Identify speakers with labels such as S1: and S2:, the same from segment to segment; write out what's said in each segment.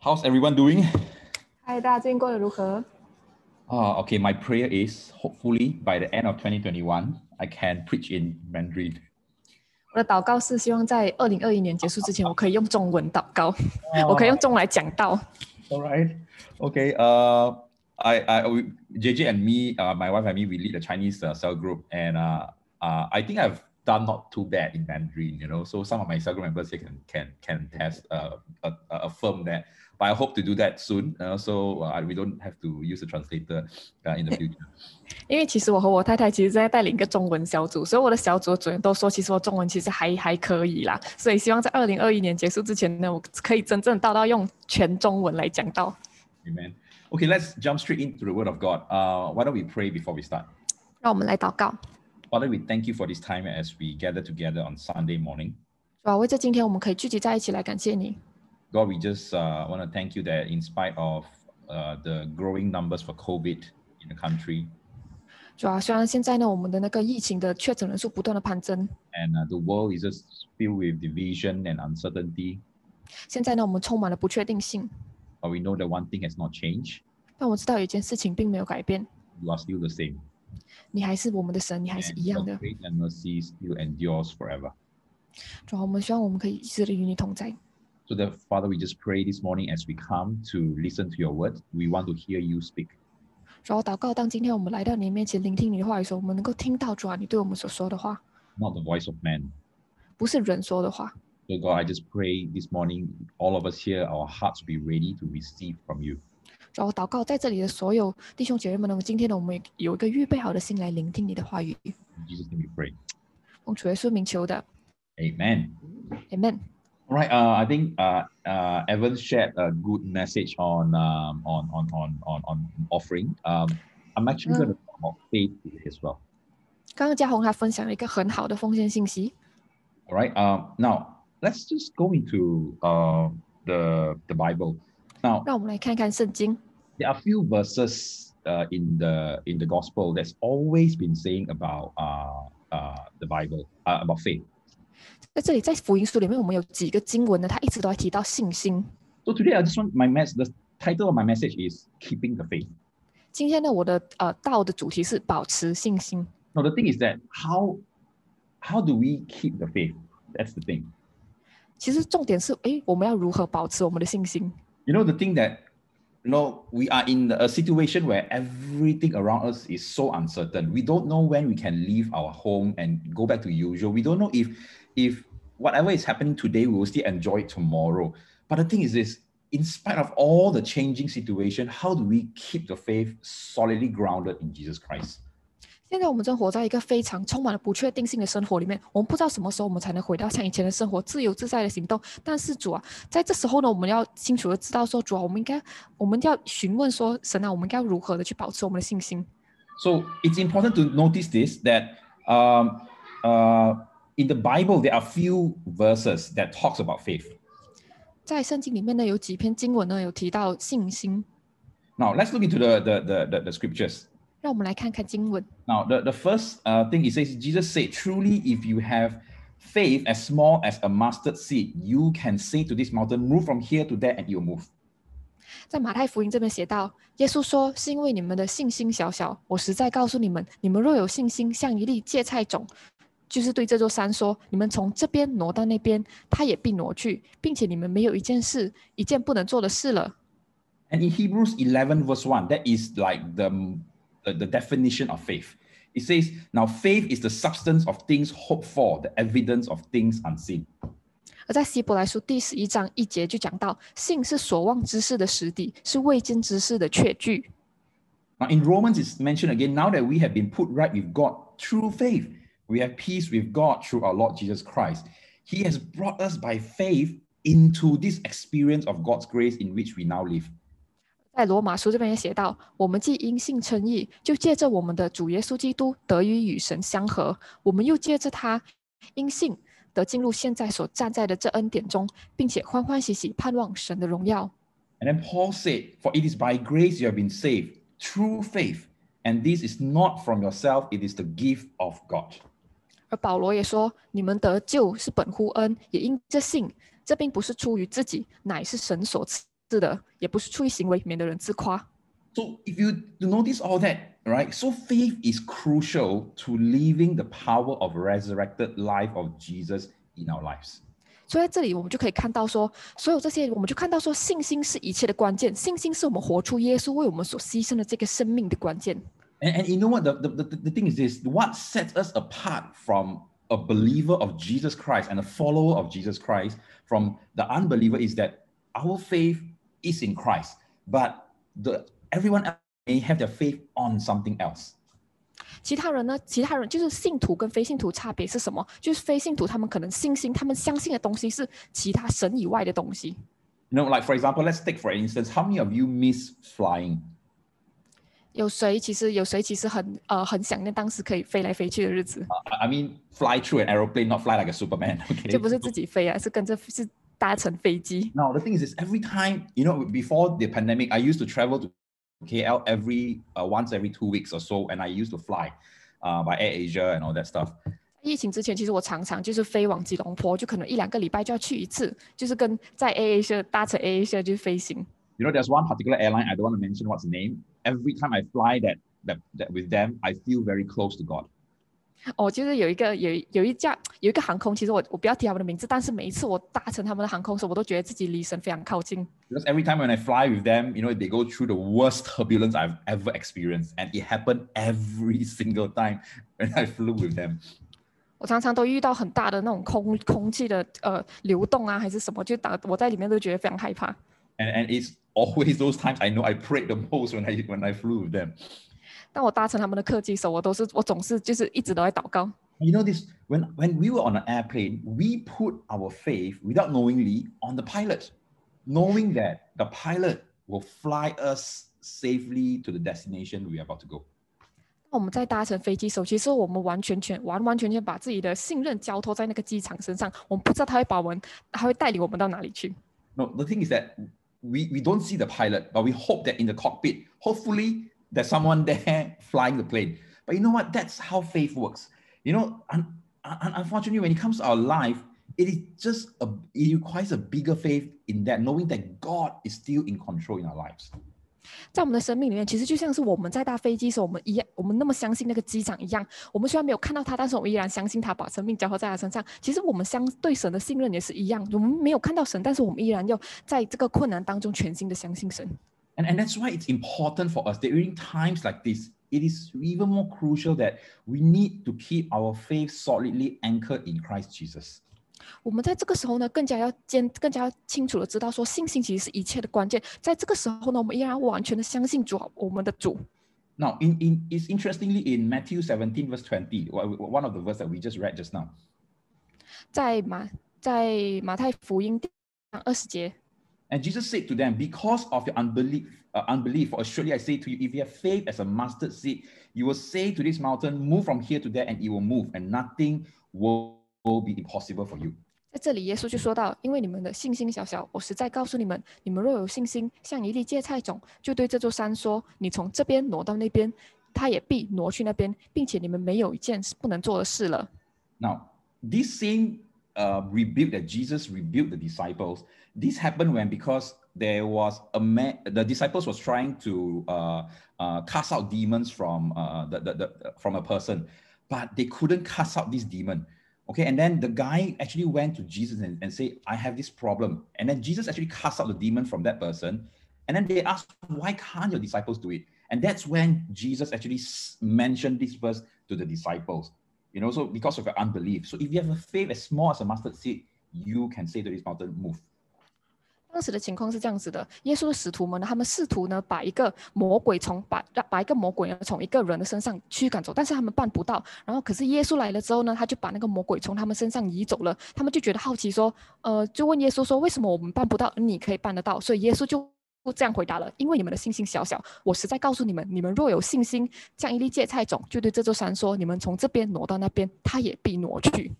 S1: How's everyone doing?
S2: 嗨，大家最近过得如何？
S1: Uh, okay, my prayer is hopefully by the end of 2021, I can preach in Mandarin.
S2: 我的祷告是希望在二零二一年结束之前，我可以用中文祷告，我可以用中文来讲道。
S1: All right. Okay. Uh, I, I, we, JJ and me, uh, my wife and me, we lead a Chinese uh, cell group, and uh, uh, I think I've done not too bad in Mandarin. You know, so some of my cell group members here can can can test uh, uh, uh, affirm that. But I hope to do that soon. Uh, so uh, we don't have to use a translator uh, in the future.
S2: 因为其实我和我太太其实在带领一个中文小组，所以我的小组的组员都说，其实我中文其实还还可以啦。所以希望在二零二一年结束之前呢，我可以真正到到用全中文来讲道。
S1: Amen. Okay, let's jump straight into the Word of God. Uh, why don't we pray before we start?
S2: 让我们来祷告，
S1: Father, we thank you for this time as we gather together on Sunday morning.
S2: 主啊，为这今天我们可以聚集在一起来感谢你。
S1: God, we just uh, want to thank you that in spite of uh, the growing numbers for COVID in the country
S2: 主啊，虽然现在呢，我们的那个疫情的确诊人数不断的攀升，
S1: and uh, the world is just filled with division and uncertainty,
S2: 现在呢，我们充满了不确定性。
S1: but we know that one thing has not changed.
S2: 但我知道有一件事情并没有改变，
S1: You are still the same.
S2: 你还是我们的神，你还是
S1: And
S2: 一样
S1: your
S2: 的。
S1: grace and mercy still endures forever.
S2: 主啊，我们希望我们可以一直的与你同在。
S1: So, that, Father, we just pray this morning as we come to listen to your word. We want to hear you speak.
S2: 主啊，我祷告，当今天我们来到你面前聆听你的话语的时候，我们能够听到主啊你对我们所说的话，
S1: not the voice of man.
S2: 不是人说的话。
S1: So God, I just pray this morning, all of us here, our hearts be ready to receive from you.
S2: 主啊，我祷告，在这里的所有弟兄姐妹们，我们今天呢，我们有一个预备好的心来聆听你的话语。
S1: In Jesus' name we pray.
S2: 奉主耶稣名求的
S1: Amen.
S2: ，Amen。
S1: All right. Uh, I think uh, uh, Evan shared a good message on um, on, on, on, on on offering. Um, I'm actually
S2: Mm.
S1: going to talk about faith today as well.
S2: 刚刚嘉宏他分享了一个很好的奉献信息。
S1: All right. Um, now let's just go into uh, the the Bible. Now
S2: 让我们来看看圣经。
S1: there are a few verses uh, in the in the gospel that's always been saying about uh, uh, the Bible uh, about faith.
S2: 在这里，在福音书里面，我们有几个经文呢，它一直都在提到信心。
S1: So today I just want my mess. The title of my message is keeping the faith.
S2: 今天呢，我的呃道的主题是保持信心。
S1: Now the thing is that how how do we keep the faith? That's the thing.
S2: 其实重点是，诶，我们要如何保持我们的信心？
S1: You know the thing that you know we are in a situation where everything around us is so uncertain. We don't know when we can leave our home and go back to usual. We don't know if if whatever is happening today we will still enjoy it tomorrow. But the thing is this. In spite of all the changing situation, how do we keep the faith solidly grounded in Jesus Christ?
S2: 现在我们正活在一个非常充满了不确定性的生活里面，我们不知道什么时候我们才能回到像以前的生活，自由自在的行动。但是主啊，在这时候呢，我们要清楚的知道说，主啊，我们应该，我们要询问说，神啊，我们应该如何的去保持我们的信心？
S1: So it's important to notice this that um, uh, in the Bible there are few verses that talks about faith.
S2: 在圣经里面呢，有几篇经文呢有提到信心，
S1: Now let's look into the the the, the, the scriptures.
S2: 让我们来看看经文。
S1: Now the the first uh, thing it says Jesus said, "Truly, if you have faith as small as a mustard seed, you can say to this mountain, move from here to there, and it will move."
S2: 在马太福音这边写道，耶稣说：“是因为你们的信心小小，我实在告诉你们，你们若有信心，像一粒芥菜种，就是对这座山说：你们从这边挪到那边，它也必挪去，并且你们没有一件事，一件不能做的事了。
S1: And in Hebrews 11, verse 1, that is like the, the, the definition of faith. It says, Now faith is the substance of things hoped for, the evidence of things unseen. ”
S2: 而在希伯来书第十一章一节就讲到，信是所望之事的实底，是未经之事的确据。
S1: Now, in Romans, it's mentioned again now that we have been put right with God through faith, we have peace with God through our Lord Jesus Christ. He has brought us by faith into this experience of God's grace in which we now live.
S2: 在罗马书这边也写到，我们既因信称义，就借着我们的主耶稣基督得以与神相合；我们又借着他因信得进入现在所站在的这恩典中，并且欢欢喜喜盼望神的荣耀。
S1: And then Paul said, For it is by grace you have been saved through faith, and this is not from yourself, it is the gift of God.
S2: 而保罗也说：“你们得救是本乎恩，也因这信。这并不是出于自己，乃是神所赐是的，也不是出于行为，免得人自夸。
S1: So if you notice all that, right? So faith is crucial to living the power of resurrected life of Jesus in our lives.
S2: 所以在这里，我们就可以看到说，所有这些，我们就看到说，信心是一切的关键，信心是我们活出耶稣为我们所牺牲的这个生命的关键。
S1: And, and you know what? The, the, the, the thing is this what sets us apart from a believer of Jesus Christ and a follower of Jesus Christ from the unbeliever is that our faith is in Christ, but the everyone else may have their faith on something else.
S2: 其他人呢？其他人就是信徒跟非信徒差别是什么？就是非信徒他们可能信心，他们相信的东西是其他神以外的东西。
S1: You know, like for example, let's take for instance, how many of you miss flying?
S2: 有谁其实有谁其实很呃很想念当时可以飞来飞去的日子，
S1: I- I mean, fly through an aeroplane, not fly like a Superman. Okay.
S2: 就不是自己飞啊，是跟着是搭乘飞机。
S1: Now the thing is, is every time you know before the pandemic, I used to travel to KL every uh, once every two weeks or so, and I used to fly uh, by Air Asia and all that stuff.
S2: 疫情之前，其实我常常就是飞往吉隆坡，就可能一两个礼拜就要去一次，就是跟在 AA 社搭乘 AA 社去飞行。
S1: You know, there's one particular airline I don't want to mention what's the name. Every time I fly that that, that with them, I feel very close to God.
S2: 哦，就是有一个有一有一架有一个航空，其实我我不要提他们的名字，但是每一次我搭乘他们的航空的时候，我都觉得自己离神非常靠近。
S1: Because every time when I fly with them, you know, they go through the worst turbulence I've ever experienced. And it happened every single time when I flew with them.
S2: 我常常都遇到很大的那种空空气的呃流动啊，还是什么，就打我在里面都觉得非常害怕。
S1: And, and it's always those times I know I prayed the most when I when I flew with them.
S2: 当我搭乘他们的客机的时候，我都是我总是就是一直都在祷告。
S1: You know this when when we were on an airplane, we put our faith without knowingly on the pilot, knowing that the pilot will fly us safely to the destination we are about to go.
S2: 我们在搭乘飞机的时候，其实我们完全全完完全全把自己的信任交托在那个机场身上，我们不知道他会把我们，他会带领我们到哪里去。
S1: No, the thing is that we, we don't see the pilot, but we hope that in the cockpit, hopefully there's someone there flying the plane. But you know what? That's how faith works. You know, un, un- unfortunately, when it comes to our life, it is just a, it requires a bigger faith in that knowing that God is still in control in our lives.
S2: 在我们的生命里面，其实就像是我们在搭飞机的时候，我们一样，我们那么相信那个机长一样。我们虽然没有看到他，但是我们依然相信他，把生命交托在他身上。其实我们相对神的信任也是一样，我们没有看到神，但是我们依然要在这个困难当中全心的相信神。
S1: And, and that's why it's important for us that during times like this, it is even more crucial that we need to keep our faith solidly anchored in Christ Jesus.
S2: 我们在这个时候呢，更加要坚，更加要清楚的知道说，信心其实是一切的关键。在这个时候呢，我们依然完全的相信主啊，我们的主。
S1: Now, in, in it's interestingly in Matthew 17, verse 20, wh- wh- one of the verse that we just read just now.
S2: 在马在马太福音第二十节，
S1: And Jesus said to them, Because of your unbelief, uh, unbelief, for surely I say to you, if you have faith as a mustard seed, you will say to this mountain, Move from here to there, and it will move, and nothing will, will be impossible for you.
S2: 在这里耶稣就说到：“因为你们的信心小小，我实在告诉你们，你们若有信心，像一粒芥菜种，就对这座山说：你从这边挪到那边，它也必挪去那边，并且你们没有一件是不能做的事了。”
S1: Now, this same uh, rebuke that Jesus rebuked the disciples, this happened when because there was a man, the disciples was trying to uh, uh, cast out demons from uh, the, the, the, from a person, but they couldn't cast out this demon. Okay, and then the guy actually went to Jesus and, and said, I have this problem. And then Jesus actually cast out the demon from that person. And then they asked, Why can't your disciples do it? And that's when Jesus actually s- mentioned this verse to the disciples you know, so because of your unbelief. So if you have a faith as small as a mustard seed, you can say to this mountain, move.
S2: 当时的情况是这样子的：耶稣的使徒们呢，他们试图呢把一个魔鬼从把让把一个魔鬼呢从一个人的身上驱赶走，但是他们办不到。然后可是耶稣来了之后呢，他就把那个魔鬼从他们身上移走了。他们就觉得好奇说，呃，就问耶稣说，为什么我们办不到，你可以办得到？所以耶稣就。这样回答了，因为你们的信心小小，我实在告诉你们，你们若有信心，像一粒芥菜种，就对这座山说：你们从这边挪到那边，它也必挪去。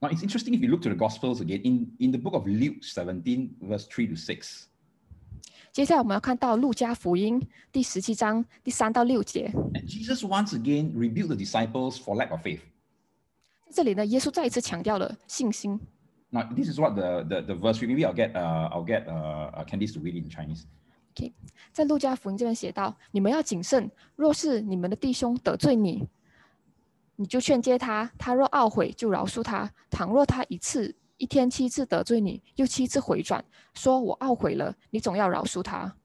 S1: Now it's interesting if you look to the Gospels again in, in the book of Luke 17, verse 3 to 6.
S2: 接下来我们要看到路加福音第十七章第三到六节。
S1: And Jesus once again rebuked the disciples for lack of faith.
S2: 在这里呢，耶稣再一次强调了信心。
S1: Now, this is what the, the, the verse, maybe I'll get, uh, I'll get uh, uh, Candice to read it in Chinese.
S2: 在路加福音这边写道：“你们要谨慎，若是你们的弟兄得罪你，你就劝诫他；他若懊悔，就饶恕他。倘若他一次一天七次得罪你，又七次回转，说我懊悔了，你总要饶恕他。”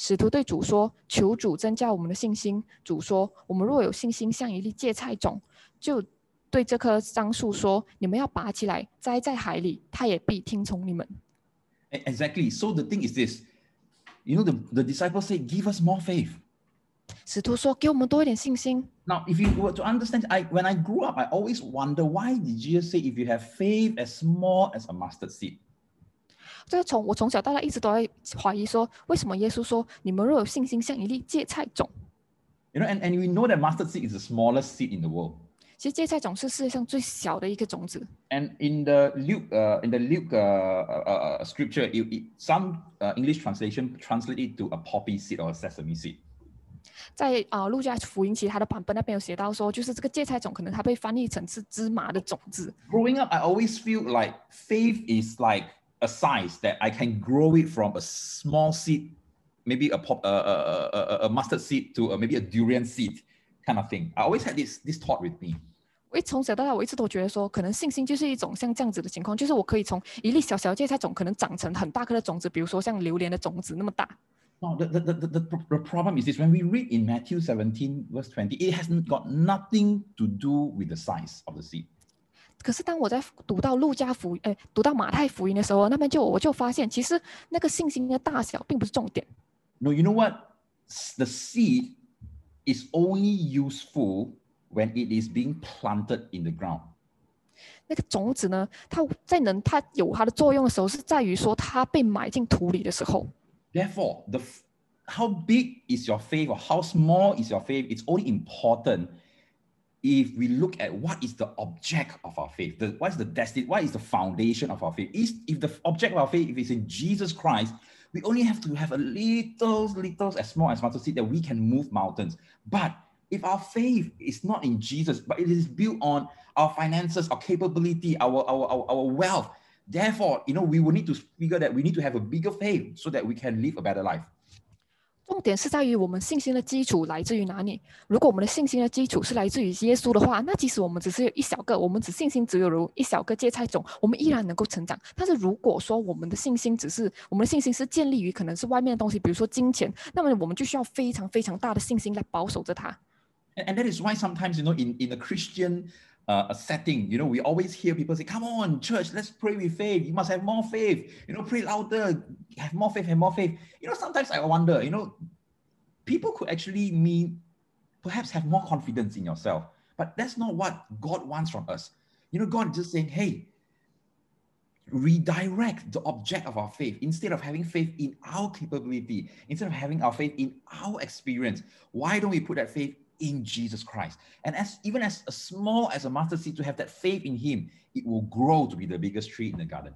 S2: 使徒对主说：“求主增加我们的信心。”主说：“我们若有信心，像一粒芥菜种，就对这棵樟树说：你们要拔起来，栽在海里，它也必听从你们。”
S1: E- Exactly. So the thing is this, you know, the, the disciples say, give us more faith.
S2: 使徒说：“给我们多一点信心。”
S1: Now, if you were to understand, I when I grew up, I always wonder why did Jesus say, if you have faith as small as a mustard seed?
S2: 这个从我从小到大一直都在怀疑说，为什么耶稣说你们若有信心像一粒芥菜种？
S1: You know, and, and we know that mustard seed is the smallest seed in the world.
S2: 其实芥菜种是世界上最小的一个种子。
S1: And in the Luke, uh, in the Luke uh, uh, uh, scripture, it, it, some uh, English translation translate it to a poppy seed or a sesame seed.
S2: 在啊、呃路加福音其他的版本那边有写到说，就是这个芥菜种可能它被翻译成是芝麻的种子。
S1: Growing up, I always feel like faith is like a size that I can grow it from a small seed, maybe a pop, uh, uh, uh, uh, a mustard seed to uh, maybe a durian seed, kind of thing. I always had this this thought with me.
S2: 我一从小到大，我一直都觉得说，可能信心就是一种像这样子的情况，就是我可以从一粒小小的芥菜种，可能长成很大颗的种子，比如说像榴莲的种子那么大。
S1: No, the, the, the, the, the pro- the problem is this when we read in Matthew 17, verse 20, it has got nothing to do with the size of the seed.
S2: 可是当我在读到路加福，哎，读到马太福音的时候，那边就我就发现，其实那个信心的大小并不是重点。
S1: No, you know what? S- The seed is only useful when it is being planted in the ground.
S2: 那个种子呢，它在能它有它的作用的时候，是在于说它被埋进土里的时候。
S1: Therefore, the f- how big is your faith or how small is your faith? It's only important if we look at what is the object of our faith. The, what is the destiny? What is the foundation of our faith? Is if the object of our faith if it's in Jesus Christ, we only have to have a little, little as small as mustard seed that we can move mountains. But if our faith is not in Jesus, but it is built on our finances, our capability, our our, our, our wealth, Therefore, you know, we will need to figure that we need to have a bigger faith so that we can live a better life.
S2: 重点是在于我们信心的基础来自于哪里。如果我们的信心的基础是来自于耶稣的话，那即使我们只是有一小个，我们只信心只有如一小个芥菜种，我们依然能够成长。但是如果说我们的信心只是我们的信心是建立于可能是外面的东西，比如说金钱，那么我们就需要非常非常大的信心来保守着它。
S1: And, and that is why sometimes, you know, in, in a Christian uh, setting, you know, we always hear people say, come on, church, let's pray with faith. You must have more faith. You know, pray louder, have more faith, have more faith. You know, sometimes I wonder, you know, people could actually mean perhaps have more confidence in yourself, but that's not what God wants from us. You know, God is just saying, hey, redirect the object of our faith instead of having faith in our capability instead of having our faith in our experience why don't we put that faith in jesus christ and as even as a small as a mustard seed to have that faith in him it will grow to be the biggest tree in the garden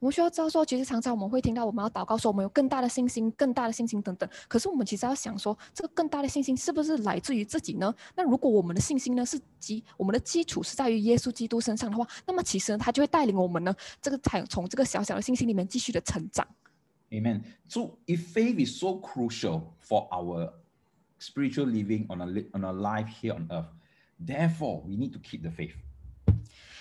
S2: 呃我们需要知道说，其实常常我们会听到我们要祷告说我们有更大的信心、更大的信心等等。可是我们其实要想说，这个更大的信心是不是来自于自己呢？那如果我们的信心呢是基，我们的基础是在于耶稣基督身上的话，那么其实呢，他就会带领我们呢，这个才从这个小小的信心里面继续的成长。
S1: amen so if faith is so crucial for our spiritual living on a li- on a life here on earth therefore we need to keep the faith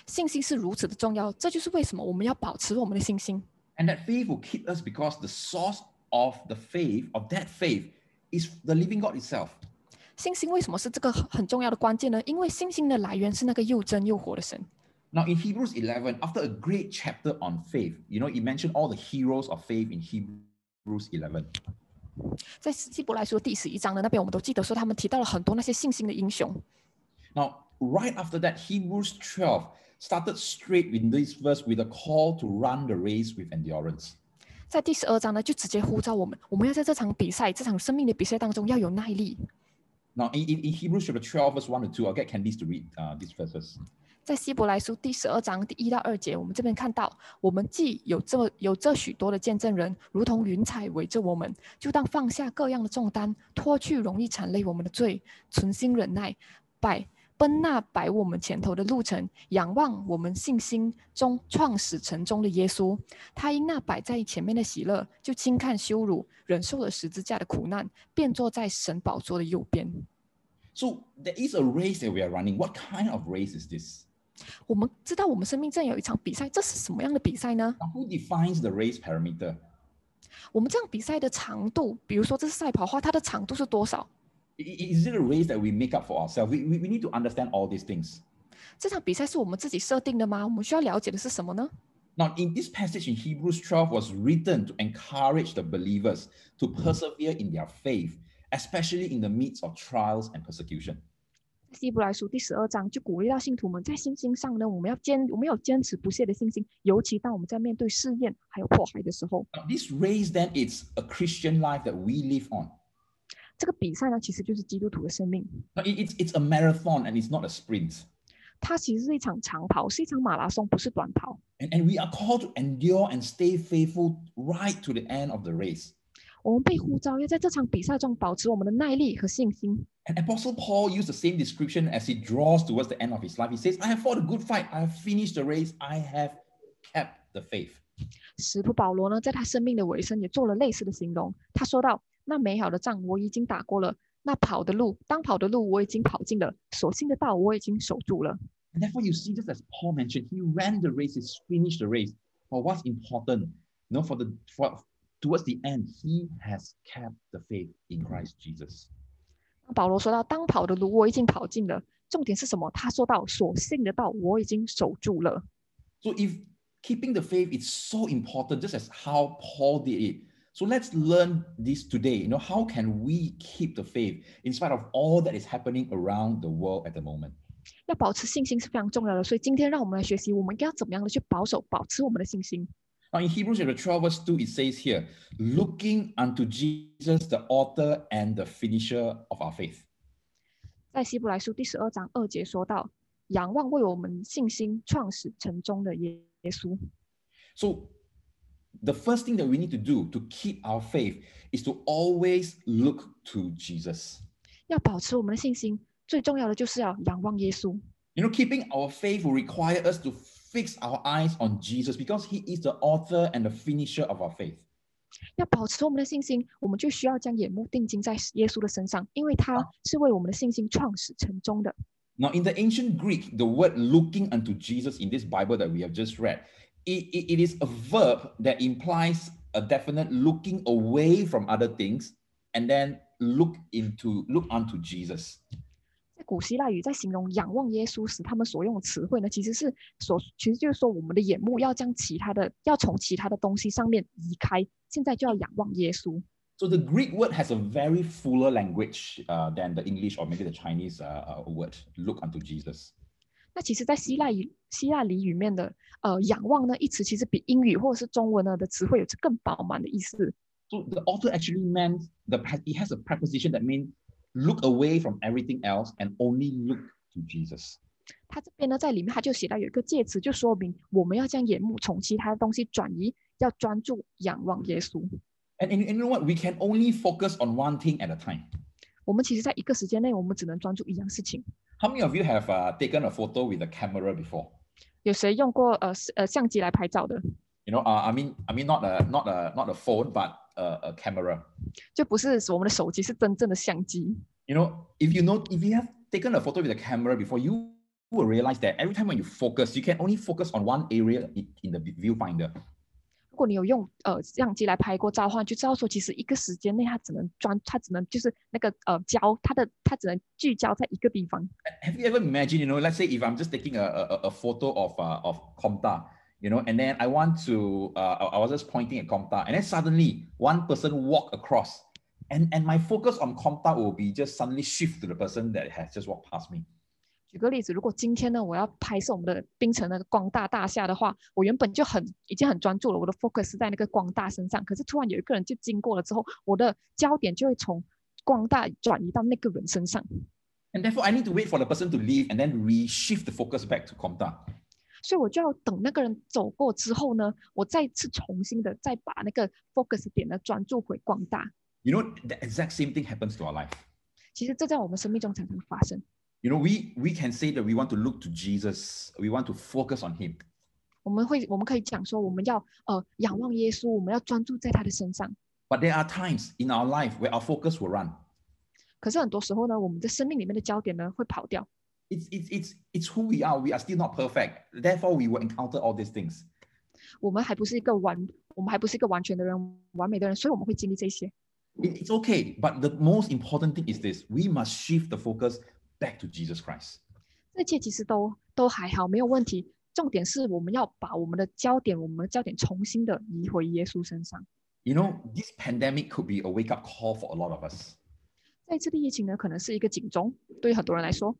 S2: 信心是如此的重要，这就是为什么我们要保持我们的信心。
S1: And that faith will keep us because the source of the faith, of that faith, is the living God itself.
S2: 信心为什么是这个很很重要的关键呢？因为信心的来源是那个又真又活的神。
S1: Now, in Hebrews 11, after a great chapter on faith, you know, it mentioned all the heroes of faith in Hebrews 11.
S2: 在希伯来书第十一章呢，那边我们都记得说，他们提到了很多那些信心的英雄。
S1: Now, right after that, Hebrews 12 started straight with this verse with a call to run the race with endurance.
S2: 在第十二章呢，就直接呼召我们，我们要在这场比赛、这场生命的比赛当中要有耐力。
S1: Now, in, in, in Hebrews chapter 12, verse 1 to 2, I'll get Candice to read uh, these verses.
S2: 在希伯来书第十二章第一到二节，我们这边看到，我们既有这么有这许多的见证人，如同云彩围着我们，就当放下各样的重担，脱去容易缠累我们的罪，存心忍耐，百奔那摆我们前头的路程，仰望我们信心中创始成终的耶稣。他因那摆在前面的喜乐，就轻看羞辱，忍受了十字架的苦难，便坐在神宝座的右边。
S1: So there is a race that we are running. What kind of race is this?
S2: 我们知道我们生命正有一场比赛，这是什么样的比赛呢？
S1: Now, who defines the race parameter?
S2: 我们这样比赛的长度，比如说这是赛跑花，它的长度是多少？
S1: I- i- Is it a race that we make up for ourselves? We, we, we need to understand all these things.
S2: 这场比赛是我们自己设定的吗？我们需要了解的是什么呢？
S1: Now, in this passage in Hebrews 12 was written to encourage the believers to persevere in their faith, especially in the midst of trials and persecution.
S2: 希伯来书第十二章就鼓励到信徒们在信心上呢，我们要坚，我们要坚持不懈的信心，尤其当我们在面对试验还有迫害的时候，
S1: Now, this race then it's a Christian life that we live on.
S2: 这个比赛呢，其实就是基督徒的生命，
S1: Now, it- it's, it's a marathon and it's not a sprint.
S2: 它其实是一场长跑，是一场马拉松，不是短跑。
S1: And, and we are called to endure and stay faithful right to the end of the race.
S2: 我们被呼召要在这场比赛中保持我们的耐力和信心。
S1: And Apostle Paul used the same description as he draws towards the end of his life. He says, I have fought a good fight. I have finished the race. I have kept the faith.
S2: 使徒保罗呢，在他生命的尾声也做了类似的形容。他说道：“那美好的仗我已经打过了，那跑的路，当跑的路我已经跑尽了，所信的道我已经守住了。
S1: And therefore, you see, just as Paul mentioned, he ran the race, he's finished the race. But what's important, you know, for the for, towards the end, he has kept the faith in Christ Jesus. ”
S2: 保罗说到：“当跑的路我已经跑尽了。”重点是什么？他说到：“所信的道我已经守住了。
S1: So if keeping the faith is so important, just as how Paul did it. So let's learn this today. You know, how can we keep the faith in spite of all that is happening around the world at the moment? ”
S2: 要保持信心是非常重要的。所以今天让我们来学习，我们应该要怎么样的去保守、保持我们的信心。
S1: Now in Hebrews chapter 12, verse 2, it says here, looking unto Jesus, the author and the finisher of our faith.
S2: 在希伯来书第十二章二节说到：“仰望为我们信心创始成终的耶耶稣。”
S1: So the first thing that we need to do to keep our faith is to always look to Jesus.
S2: 要保持我们的信心，最重要的就是要仰望耶稣。
S1: You know, keeping our faith will require us to fix our eyes on Jesus because he is the author and the finisher of our faith.
S2: 要保持我们的信心，我们就需要将眼目定睛在耶稣的身上，因为他是为我们的信心创始成终的。
S1: Now, in the ancient Greek, the word looking unto Jesus in this Bible that we have just read, it- it- it is a verb that implies a definite looking away from other things and then look into look unto Jesus.
S2: 在古希腊语，在形容仰望耶稣时，他们所用的词汇呢，其实是所，其实就是说我们的眼目要将其他的，要从其他的东西上面移开，现在就要仰望耶稣。
S1: So the Greek word has a very fuller language uh, than the English or maybe the Chinese uh, uh, word. Look unto Jesus.
S2: 那其实，在希腊语、希腊语里面的呃“仰望”呢一词，其实比英语或者是中文呢的词汇有着更饱满的意思。
S1: So the author actually meant the pre- it has a preposition that means look away from everything else and only look to Jesus.
S2: 他这边呢，在里面他就写到有一个介词，就说明我们要将眼目从其他的东西转移，要专注仰望耶稣。
S1: And, and, and you know what? We can only focus on one thing at a time.
S2: 我们其实，在一个时间内，我们只能专注一样事情。
S1: How many of you have uh, taken a photo with a camera before?
S2: 有谁用过呃是呃相机来拍照的？
S1: You know, uh, I mean, I mean, not a not a not a phone, but a, a camera.
S2: 就不是我们的手机，是真正的相机。
S1: You know, if you know, if you have taken a photo with a camera before, you will realize that every time when you focus, you can only focus on one area in, in the viewfinder.
S2: 如果你有用呃相机来拍过照的话，你就知道说，其实一个时间内，它只能专，它只能就是那个呃焦，它的它只能聚焦在一个地方。
S1: Have you ever imagined, you know, let's say if I'm just taking a, a, a photo of uh, of Comta, you know, and then I want to, uh, I I was just pointing at Comta, and then suddenly one person walk across, and and my focus on Comta will be just suddenly shift to the person that has just walked past me.
S2: 举个例子，如果今天呢，我要拍摄我们的冰城那个光大大厦的话，我原本就很已经很专注了，我的 focus 是在那个光大身上，可是突然有一个人就经过了之后，我的焦点就会从光大转移到那个人身上，
S1: And therefore, I need to wait for the person to leave and then reshift the focus back to Comta.
S2: 所以我就要等那个人走过之后呢，我再次重新的再把那个 focus 点呢专注回光大。
S1: You know, the exact same thing happens to our life.
S2: 其实这在我们生命中常常发生。
S1: You know, we we can say that we want to look to Jesus. We want to focus on Him.
S2: 我们会我们可以讲说，我们要呃仰望耶稣，我们要专注在他的身上。
S1: But there are times in our life where our focus will run.
S2: 可是很多时候呢，我们的生命里面的焦点呢会跑掉。
S1: It's it's it's it's who we are. We are still not perfect. Therefore, we will encounter all these things.
S2: 我们还不是一个完，我们还不是一个完全的人，完美的人，所以我们会经历这些。
S1: It- it's okay. But the most important thing is this: we must shift the focus back to Jesus Christ.
S2: 这些其实都都还好，没有问题。重点是我们要把我们的焦点，我们的焦点重新的移回耶稣身上。
S1: You know, this pandemic could be a wake up call for a lot of us.
S2: 这一次的疫情呢，可能是一个警钟，对于很多人来说，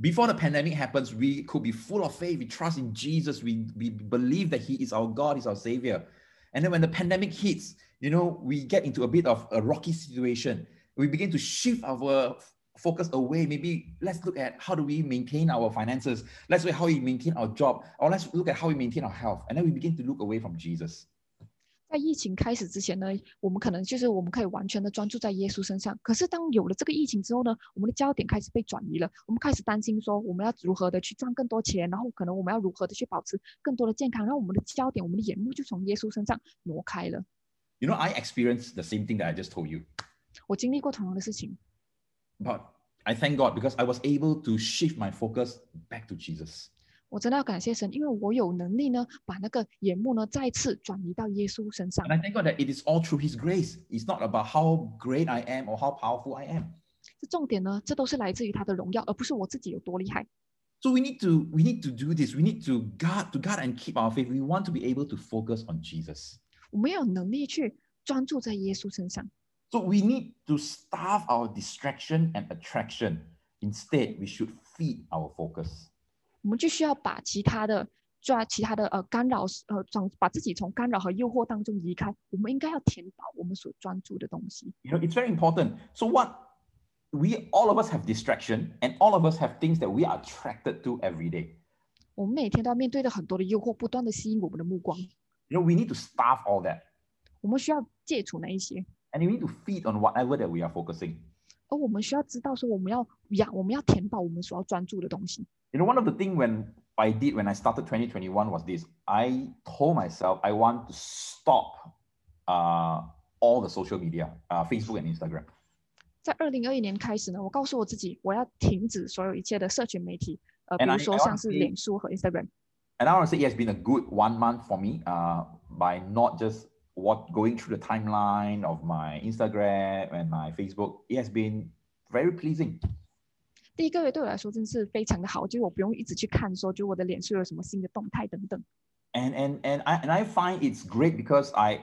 S1: Before the pandemic happens, we could be full of faith. We trust in Jesus. We, we believe that He is our God, He's our Savior. And then when the pandemic hits, you know, we get into a bit of a rocky situation. We begin to shift our f- focus away. Maybe let's look at how do we maintain our finances. Let's look at how we maintain our job, or let's look at how we maintain our health. And then we begin to look away from Jesus.
S2: 在疫情开始之前呢，我们可能就是我们可以完全的专注在耶稣身上。可是当有了这个疫情之后呢，我们的焦点开始被转移了，我们开始担心说我们要如何的去赚更多钱，然后可能我们要如何的去保持更多的健康，让我们的焦点、我们的眼目就从耶稣身上挪开了。
S1: You know, I experienced the same thing that I just told you.
S2: 我经历过同样的事情，
S1: But I thank God because I was able to shift my focus back to Jesus.
S2: 我真的要感谢神，因为我有能力呢，把那个眼目呢再次转移到耶稣身上
S1: And。I thank God that it is all through His grace. It's not about how great I am or how powerful I am.
S2: 这重点呢，这都是来自于他的荣耀，而不是我自己有多厉害。
S1: So we need to we need to do this. We need to guard to guard and keep our faith. We want to be able to focus on Jesus.
S2: 我们要有能力去专注在耶稣身上。
S1: So we need to starve our distraction and attraction. Instead, we should feed our focus.
S2: 我们就需要把其他的抓其他的呃干扰呃从把自己从干扰和诱惑当中移开。我们应该要填饱我们所专注的东西。
S1: You know, it's very important. So what we all of us have distraction and all of us have things that we are attracted to every day.
S2: 我们每天都要面对着很多的诱惑，不断的吸引我们的目光。
S1: You know, we need to starve all that
S2: 我们需要戒除那一些，
S1: and we need to feed on whatever that we are focusing.
S2: 而我们需要知道说我们要养，我们要填饱我们所要专注的东西。
S1: You know, one of the things when I did when I started 2021 was this. I told myself I want to stop uh, all the social media, uh, Facebook and Instagram.
S2: 在二零二一年开始呢，我告诉我自己，我要停止所有一切的社群媒体，呃，比
S1: And I-
S2: 如说
S1: I
S2: 像是
S1: honestly-
S2: 脸书和 Instagram。
S1: And I want to say it has been a good one month for me uh, by not just what going through the timeline of my Instagram and my Facebook. It has been very pleasing.
S2: 第一个月对我来说真是非常的好，就是我不用一直去看说，就我的脸书有什么新的动态等等。
S1: and and and I and I find it's great because I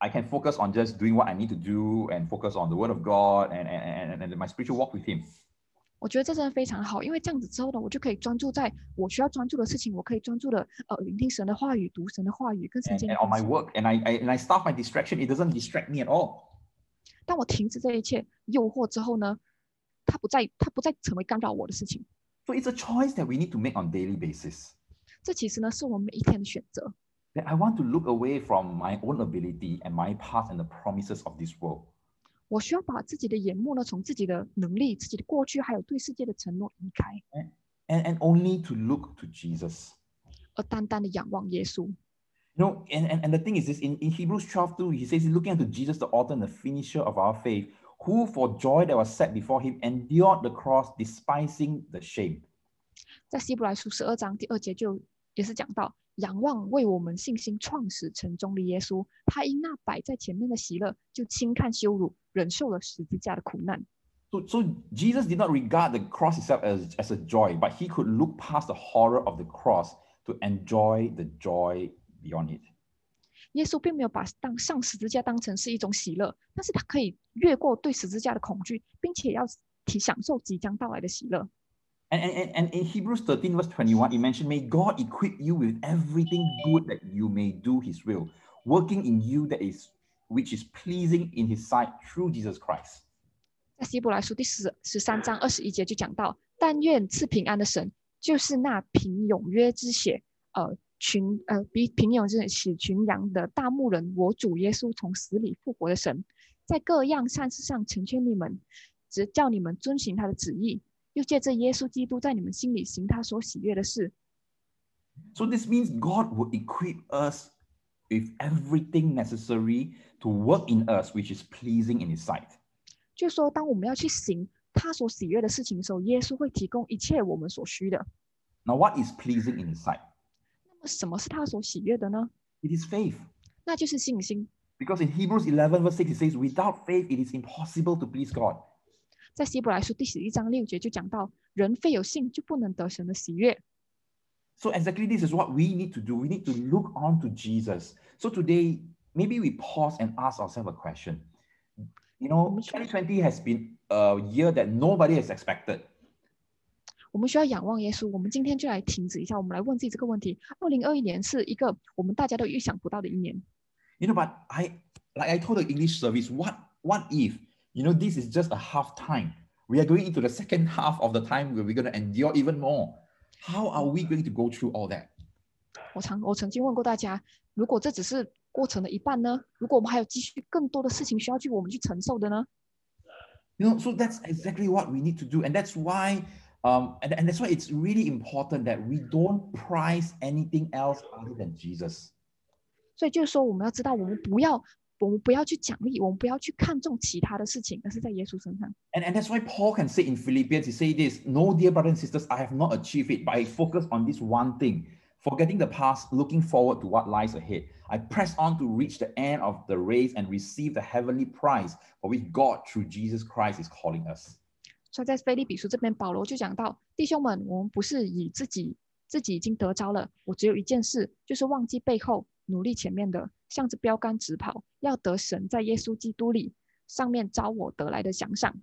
S1: I can focus on just doing what I need to do and focus on the Word of God and and and, and my spiritual walk with Him.
S2: 我觉得这真的非常好，因为这样子之后呢，我就可以专注在我需要专注的事情，我可以专注的呃聆听神的话语、读神的话语、跟神
S1: And,
S2: 建
S1: and
S2: 立
S1: on
S2: 关
S1: 哎，oh my
S2: 系。
S1: work and I, I and I stop my distraction. It doesn't distract me at all.
S2: 当我停止这一切诱惑之后呢，它不再它不再成为干扰我的事情。
S1: So it's a choice that we need to make on daily basis.
S2: 这其实呢是我们每一天的选择。
S1: That I want to look away from my own ability and my past and the promises of this world.
S2: 我需要把自己的眼目呢，从自己的能力、自己的过去，还有对世界的承诺移开，
S1: And, and only to look to Jesus.
S2: 而单单的仰望耶稣。
S1: You know, and, and, and the thing is this in, in Hebrews 12 2, he says, looking unto Jesus, the author and the finisher of our faith, who for joy that was set before him endured the cross, despising the shame.
S2: 在希伯来书十二章第二节就也是讲到，仰望为我们信心创始成终的耶稣，他因那摆在前面的喜乐，就轻看羞辱，忍受了十字架的苦难。
S1: So, so Jesus did not regard the cross itself as, as a joy, but he could look past the horror of the cross to enjoy the joy beyond it.
S2: 耶稣并没有把当上十字架当成是一种喜乐，但是他可以越过对十字架的恐惧，并且要体享受即将到来的喜乐。
S1: And, and, and, and in Hebrews 13, verse 21, it mentioned, May God equip you with everything good that you may do his will, working in you that is which is pleasing in his sight through Jesus Christ.
S2: 在希伯来书第十十三章二十一节就讲到，但愿赐平安的神，就是那凭永约之血，呃，群呃比凭永之血群羊的大牧人，我主耶稣从死里复活的神，在各样善事上成全你们，只叫你们遵行他的旨意，又借着耶稣基督在你们心里行他所喜悦的事。
S1: So this means God will equip us with everything necessary to work in us, which is pleasing in His sight.
S2: 就说当我们要去行他所喜悦的事情的时候，耶稣会提供一切我们所需的。
S1: Now, what is pleasing in His sight?
S2: 那么什么是他所喜悦的呢？
S1: It is faith.
S2: 那就是信心。
S1: Because in Hebrews 11, verse 6, it says, without faith, it is impossible to please God.
S2: 在希伯来书第十一章六节就讲到，人非有信就不能得神的喜悦。
S1: So, exactly this is what we need to do. We need to look on to Jesus. So, today, maybe we pause and ask ourselves a question. You know, 2020 has been a year that nobody has expected.
S2: 我们需要仰望耶稣。我们今天就来停止一下，我们来问自己这个问题：二零二一年是一个我们大家都预想不到的一年。
S1: You know, but I, like I told the English service, what, what if, you know, this is just a half time? We are going into the second half of the time where we're going to endure even more. How are we going to go through all that?
S2: 我常我曾经问过大家，如果这只是过程的一半呢？如果我们还有继续更多的事情需要去我们去承受的呢？
S1: You know, so that's exactly what we need to do. And that's why, um, and, and that's why it's really important that we don't prize anything else other than Jesus.
S2: 所以就是说，我们要知道，我们不要我们不要去奖励，我们不要去看重其他的事情，而是在耶稣身上。
S1: And, and that's why Paul can say in Philippians, he say this, no, dear brothers and sisters, I have not achieved it, but I focus on this one thing, forgetting the past, looking forward to what lies ahead. I press on to reach the end of the race and receive the heavenly prize for which God through Jesus Christ is calling us.
S2: 所以在菲利比书这边，保罗就讲到，弟兄们，我们不是以自己自己已经得着了，我只有一件事，就是忘记背后，努力前面的，向着标杆直跑，要得神在耶稣基督里上面招我得来的奖赏。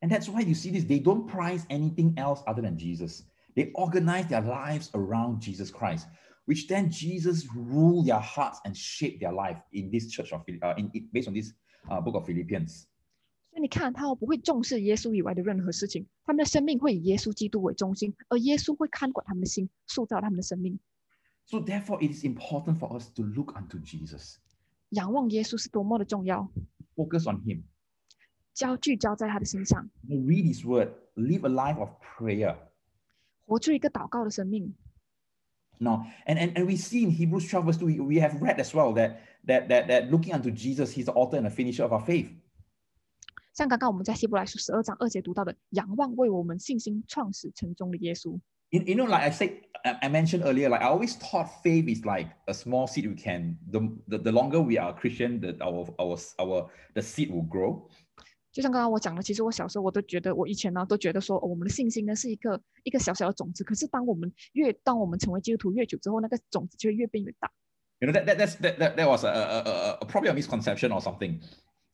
S1: And that's why you see this, they don't prize anything else other than Jesus. They organize their lives around Jesus Christ, which then Jesus rule their hearts and shape their life in this church of Phil- uh, in, in- based on this uh, book of Philippians.
S2: 所以你看，他们不会重视耶稣以外的任何事情，他们的生命会以耶稣基督为中心，而耶稣会看管他们的心，塑造他们的生命。
S1: So therefore, it is important for us to look unto Jesus,
S2: 仰望耶稣是多么的重要，
S1: focus on Him,
S2: 焦聚焦在他的身上，
S1: you know, read His Word, live a life of prayer.
S2: 活出一个祷告的生命。
S1: Now, and, and, and we see in Hebrews 12 verse 2, we, we have read as well that, that, that, that looking unto Jesus, He's the author and the finisher of our faith.
S2: 像刚刚我们在希伯来书十二章二节读到的，仰望为我们信心创始成终的耶稣。
S1: you, you know, like I said, I, I mentioned earlier, like I always thought faith is like a small seed we can, the, the, the longer we are a Christian, the, our, our, our, the seed will grow.
S2: 就像刚刚我讲的，其实我小时候我都觉得，我以前呢、都觉得说、哦我们的信心呢是一个一个小小的种子，可是当我们越当我们成为基督徒越久之后，那个种子就会越变越大。
S1: You know, that, that, that's, that, that, that was a, a, a, a, probably a misconception or something,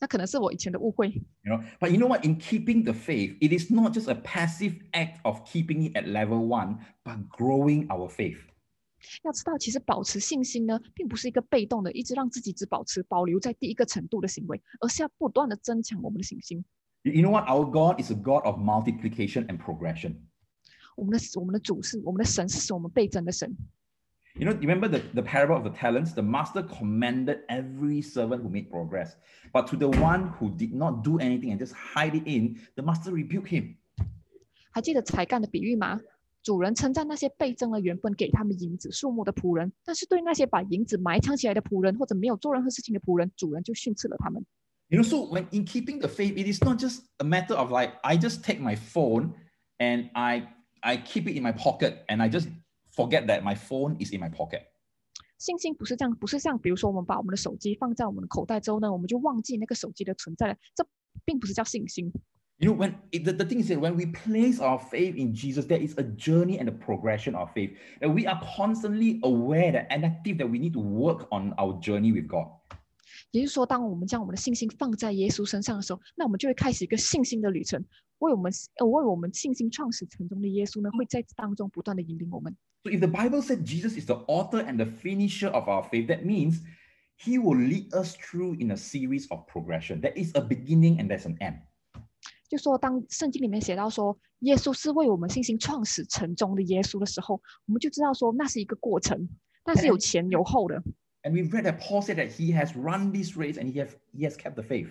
S2: 那可能是我以前的误会。
S1: you know, but you know what, in keeping the faith, it is not just a passive act of keeping it at level one, but growing our faith.
S2: 要知道，其实保持信心呢，并不是一个被动的，一直让自己只保持保留在第一个程度的行为，而是要不断的增强我们的信心。
S1: You, you know what, our God is a God of multiplication and progression.
S2: 我们的我们的主是我们的神，是使我们倍增的神。
S1: You know, remember the, the parable of the talents? The master commended every servant who made progress. But to the one who did not do anything and just hide it in, the master rebuked him.
S2: 还记得才干的比喻吗？主人称赞那些倍增了原本给他们银子数目的仆人，但是对那些把银子埋藏起来的仆人，或者没有做任何事情的仆人，主人就训斥了他们。
S1: You know, so when in keeping the faith, it is not just a matter of like, I just take my phone and I I keep it in my pocket and I just forget that my phone is in my pocket.
S2: 信心不是这样，不是像比如说我们把我们的手机放在我们的口袋之后呢，我们就忘记那个手机的存在了，这并不是叫信心。
S1: You know, when it, the, the thing is that when we place our faith in Jesus, there is a journey and a progression of faith. That we are constantly aware that and active that we need to work on our journey with God.
S2: 也就是说，当我们将我们的信心放在耶稣身上的时候，那我们就会开始一个信心的旅程，为我们呃为我们信心创始成终的耶稣呢，会在当中不断的引领我们。
S1: So if the Bible said Jesus is the author and the finisher of our faith, that means he will lead us through in a series of progression. There is a beginning and there's an end.
S2: 就说当圣经里面写到说耶稣是为我们信心创始成终的耶稣的时候，我们就知道说那是一个过程，那是有前有后的。
S1: And we've read that Paul said that he has run this race and he, have, he has kept the faith.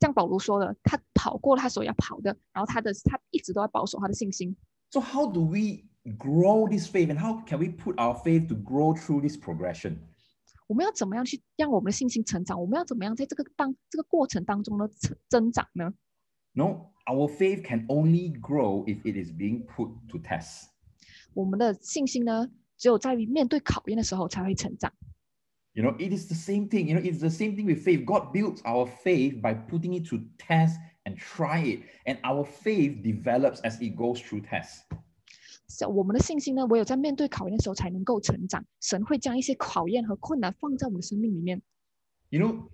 S2: 像保罗说的，他跑过了他所要跑的，然后他的他一直都在保守他的信心。
S1: So how do we grow this faith and how can we put our faith to grow through this progression?
S2: 我们要怎么样去让我们的信心成长？我们要怎么样在这个当这个过程当中呢成增长呢？
S1: No, our faith can only grow if it is being put to test.
S2: 我们的信心呢，只有在于面对考验的时候才会成长。
S1: You know, it is the same thing. You know, it's the same thing with faith. God builds our faith by putting it to test and try it. And our faith develops as it goes through tests.
S2: 是我们的信心呢，唯有在面对考验的时候才能够成长。神会将一些考验和困难放在我们的生命里面。
S1: You know,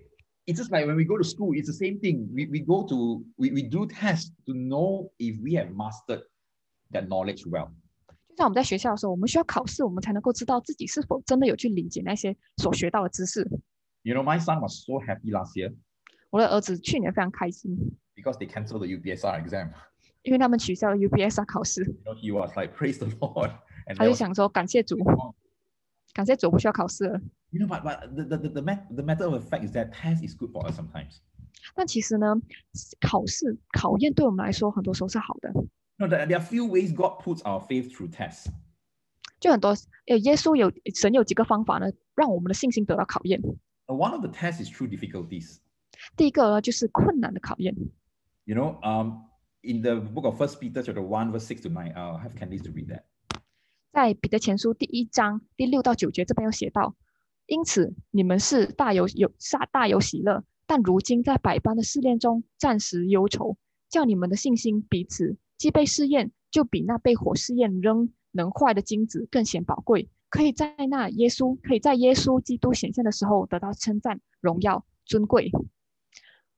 S1: it's just like when we go to school, it's the same thing. We, we go to, we, we do tests to know if we have mastered that knowledge well.
S2: 就像我们在学校的时候，我们需要考试，我们才能够知道自己是否真的有去理解那些所学到的知识。
S1: You know, my son was so happy last year
S2: 我的儿子去年非常开心，
S1: because they canceled the UPSR exam.
S2: 因为他们取消了 UPSR 考试，
S1: You know, he was like, praise the Lord. And there
S2: 他就
S1: was
S2: 想说感谢主，感谢主不需要考试了。
S1: You know, but, but the, the, the, the, mat- the matter of the fact is that test is good for us sometimes.
S2: 但其实呢，考试考验对我们来说很多时候是好的。
S1: No, there, there are few ways God puts our faith through tests.
S2: 就很多呃，耶稣有神有几个方法呢，让我们的信心得到考验。
S1: And Uh, one of the tests is through difficulties.
S2: 第一个呢，就是困难的考验。
S1: You know, um, in the book of First Peter chapter 1, verse 6 to 9, I'll have Candice to read that.
S2: 在彼得前书第一章第六到九节这边有写到，因此你们是大有有大大有喜乐，但如今在百般的试炼中暂时忧愁，叫你们的信心彼此既被试验，就比那被火试验仍能坏的金子更显宝贵，可以在那耶稣可以在耶稣基督显现的时候得到称赞、荣耀、尊贵。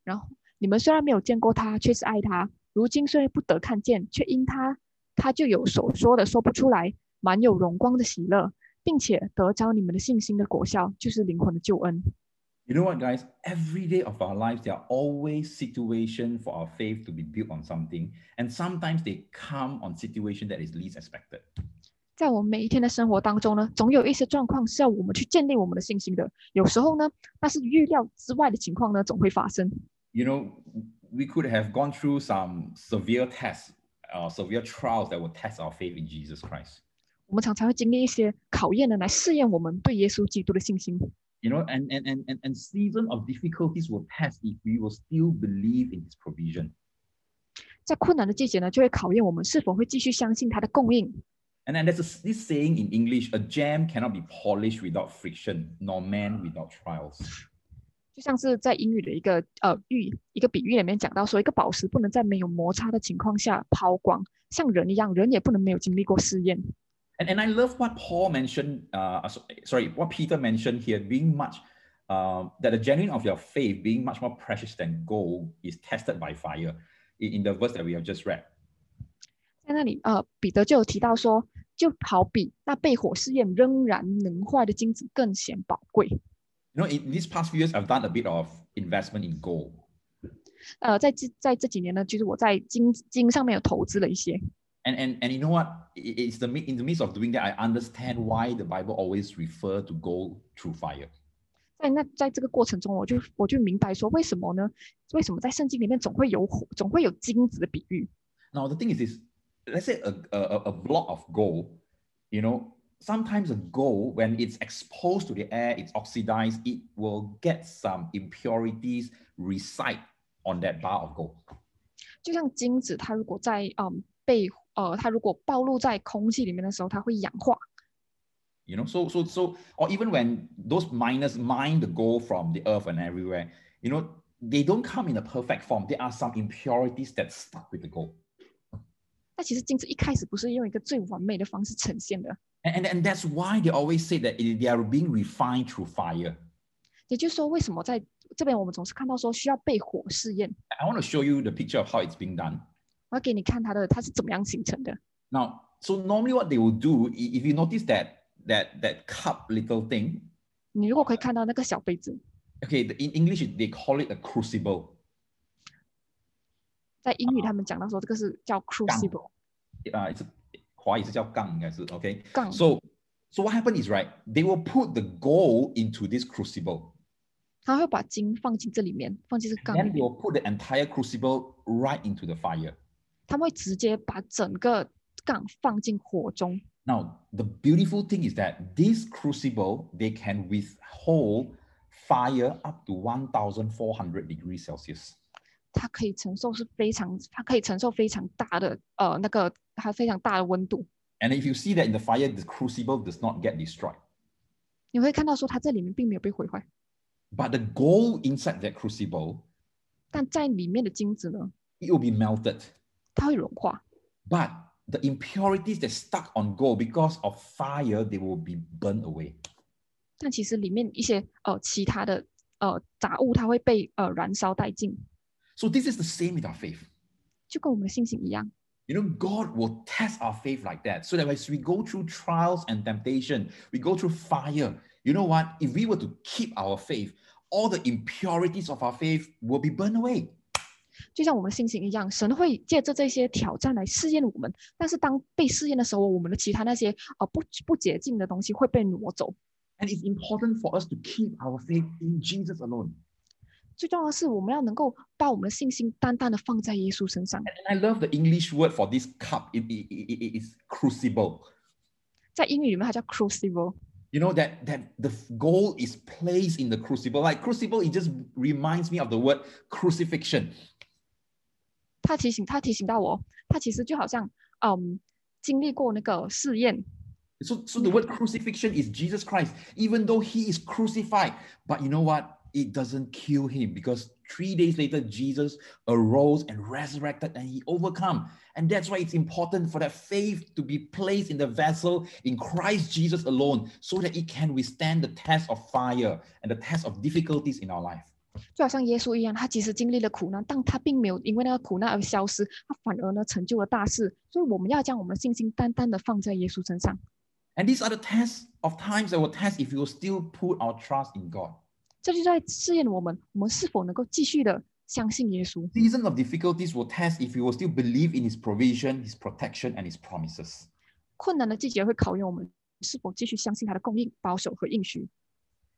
S2: 然后你们虽然没有见过他，却是爱他；如今虽然不得看见，却因他，他就有所说的说不出来，满有荣光的喜乐，并且得着你们的信心的果效，就是灵魂的救恩。
S1: You know what, guys? Every day of our lives, there are always situations for our faith to be built on something. And sometimes they come on situation that is least expected.
S2: 在我们每一天的生活当中呢，总有一些状况是要我们去建立我们的信心的。有时候呢，那是预料之外的情况呢，总会发生。
S1: You know, we could have gone through some severe tests, uh, severe trials that will test our faith in Jesus Christ.
S2: 我们常常会经历一些考验呢，来试验我们对耶稣基督的信心。
S1: you know and and and and, and season of difficulties will pass if we will still believe in his provision
S2: 在困难的季节呢，就会考验我们是否会继续相信他的供应，
S1: and then there's a, this saying in english a gem cannot be polished without friction nor man without trials
S2: 就像是在英语的一个呃喻一个比喻里面讲到说，一个宝石不能在没有摩擦的情况下抛光，像人一样，人也不能没有经历过试验。
S1: and and i love what paul mentioned uh uh, so- sorry what peter mentioned here being much um, that the genuine of your faith being much more precious than gold is tested by fire in, in the verse that we have just read
S2: 在那里，呃，彼得就有提到说，就好比那被火试验仍然能坏的金子更显宝贵。
S1: you know in these past few years i've done a bit of investment in gold
S2: 呃，在这在这几年呢，就是我在金金上面有投资了一些，
S1: And and and you know what? I- It's the mi- in the midst of doing that, I understand why the Bible always refer to gold through fire.
S2: 在那在这个过程中，我就我就明白说，为什么呢？为什么在圣经里面总会有火，总会有金子的比喻？
S1: Now the thing is, is let's say a, a, a- a block of gold, you know, sometimes a gold when it's exposed to the air, it's oxidized, it will get some impurities reside on that bar of gold.
S2: 就像金子，它如果在嗯被呃，它如果暴露在空气里面的时候，它会氧化。
S1: You know, so so so, or even when those miners mine the gold from the earth and everywhere, you know, they don't come in a perfect form. There are some impurities that stuck with the gold.
S2: 那其实金子一开始不是用一个最完美的方式呈现的，
S1: And, and, and that's why they always say that it- they are being refined through fire.
S2: 也就是说，为什么在这边我们总是看到说需要被火试验？
S1: I want to show you the picture of how it's being done.
S2: 我要给你看它的它是怎么样形成的。
S1: Now, so normally what they will do, i- if you notice that that that cup little thing,
S2: 你如果可以看到那个小杯子，
S1: okay, the, in English they call it a crucible.
S2: 在英语他们讲到说这个是叫 crucible
S1: Uh, it's a, okay.
S2: 杠，
S1: So so what happened is right, they will put the gold into this crucible.
S2: 他会把金放进这里面，放进这个缸里
S1: Then they
S2: 面，
S1: will put the entire crucible right into the fire.
S2: 他们会直接把整个缸放进火中。
S1: Now, the beautiful thing is that this crucible, they can withhold fire up to 1,400 degrees Celsius.
S2: 它可以承受是非常，它可以承受非常大的呃那个它非常大的温度。
S1: And if you see that in the fire, the crucible does not get destroyed.
S2: 你会看到说它在里面并没有被毁坏，
S1: But the gold inside that crucible,
S2: 但在里面的金子呢，
S1: it will be melted.
S2: 它会融化，
S1: But the impurities that stuck on gold because of fire, they will be burned away.
S2: 但其实里面一些呃其他的呃杂物它会被呃燃烧殆尽，
S1: So this is the same with our faith.
S2: 就跟我们的信心一样。
S1: You know, God will test our faith like that. So that as we go through trials and temptation, we go through fire. You know what? If we were to keep our faith, all the impurities of our faith will be burned away.
S2: 就像我们的信心一样，神会借着这些挑战来试验我们。但是当被试验的时候，我们的其他那些呃不不洁净的东西会被挪走。
S1: And it's important for us to keep our faith in Jesus alone.
S2: 最重要的是，我们要能够把我们的信心单单的放在耶稣身上。
S1: And I love the English word for this cup. It, it, it- it is crucible.
S2: 在英语里面，它叫 crucible，
S1: You know that that the f- gold is placed in the crucible. Like crucible, it just reminds me of the word crucifixion.
S2: 它提醒它提醒到我，它其实就好像嗯经历过那个试验，
S1: So, so the word crucifixion is Jesus Christ, even though he is crucified. But you know what? It doesn't kill him because three days later, Jesus arose and resurrected and he overcome. And that's why it's important for that faith to be placed in the vessel in Christ Jesus alone so that it can withstand the test of fire and the test of difficulties in our life.
S2: 就好像耶稣一样，他其实经历了苦难，但他并没有因为那个苦难而消失，他反而呢成就了大事。所以我们要将我们的信心单单的放在耶稣身上。
S1: And these are the tests of times that will test if we will still put our trust in God.
S2: 这就在试验我们，我们是否能够继续的相信耶稣。
S1: Season of difficulties will test if we will still believe in His provision, His protection, and His promises.
S2: 困难的季节会考验我们是否继续相信他的供应、保守和应许。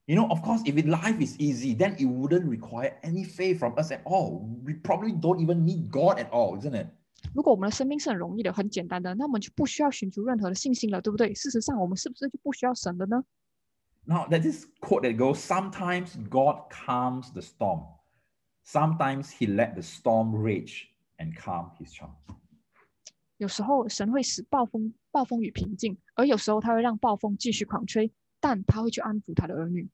S1: You know, of course, if it- life is easy, then it wouldn't require any faith from us at all. We probably don't even need God at all, isn't it?
S2: 如果我们的生命是很容易的、很简单的，那我们就不需要寻求任何的信心了，对不对？事实上，我们是不是就不需要神了呢？
S1: Now, there's this quote that goes Sometimes God calms the storm, sometimes He let the storm rage and calm His child.
S2: 有时候神会使暴风、暴风雨平静，而有时候他会让暴风继续狂吹，但他会去安抚他的儿女。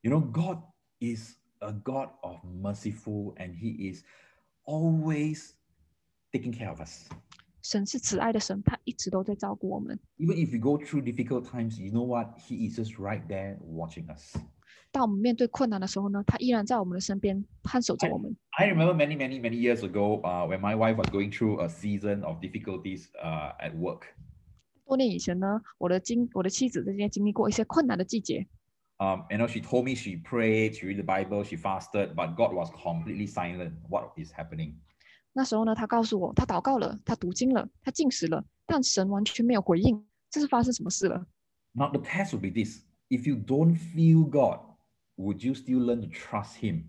S1: You know, God is a God of merciful and He is always taking care of us.
S2: 神是慈爱的神，他一直都在照顾我们。
S1: Even if we go through difficult times, you know what? He is just right there watching us.
S2: 当我们面对困难的时候呢，他依然在我们的身边看守着我们。
S1: I remember many, many, many years ago uh, when my wife was going through a season of difficulties uh, at work.
S2: 多年以前呢，我的经我的妻子之间经历过一些困难的季节，
S1: Um, you know, she told me she prayed, she read the Bible, she fasted, but God was completely silent. What is happening?
S2: 那时候呢，她告诉我，她祷告了，她读经了，她进食了，但神完全没有回应，这是发生什么事了？
S1: Now, the test will be this if you don't feel God, would you still learn to trust Him?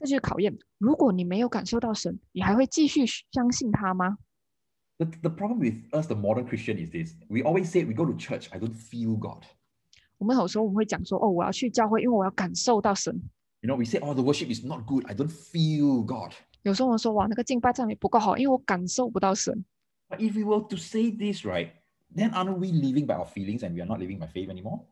S2: 这就是考验。如果你没有感受到神，你还会继续相信他吗？
S1: The, the problem with us, the modern Christian, is this we always say we go to church, I don't feel God.
S2: 我们有时候我们会讲说，哦，我要去教会，因为我要感受到神。
S1: You know, we say, oh, the worship is not good, I don't feel God.
S2: 有时候我们说，哇，那个敬拜赞美不够好，因为我感受不到神。
S1: But if we were to say this, right, then aren't we living by our feelings and we are not living by faith anymore?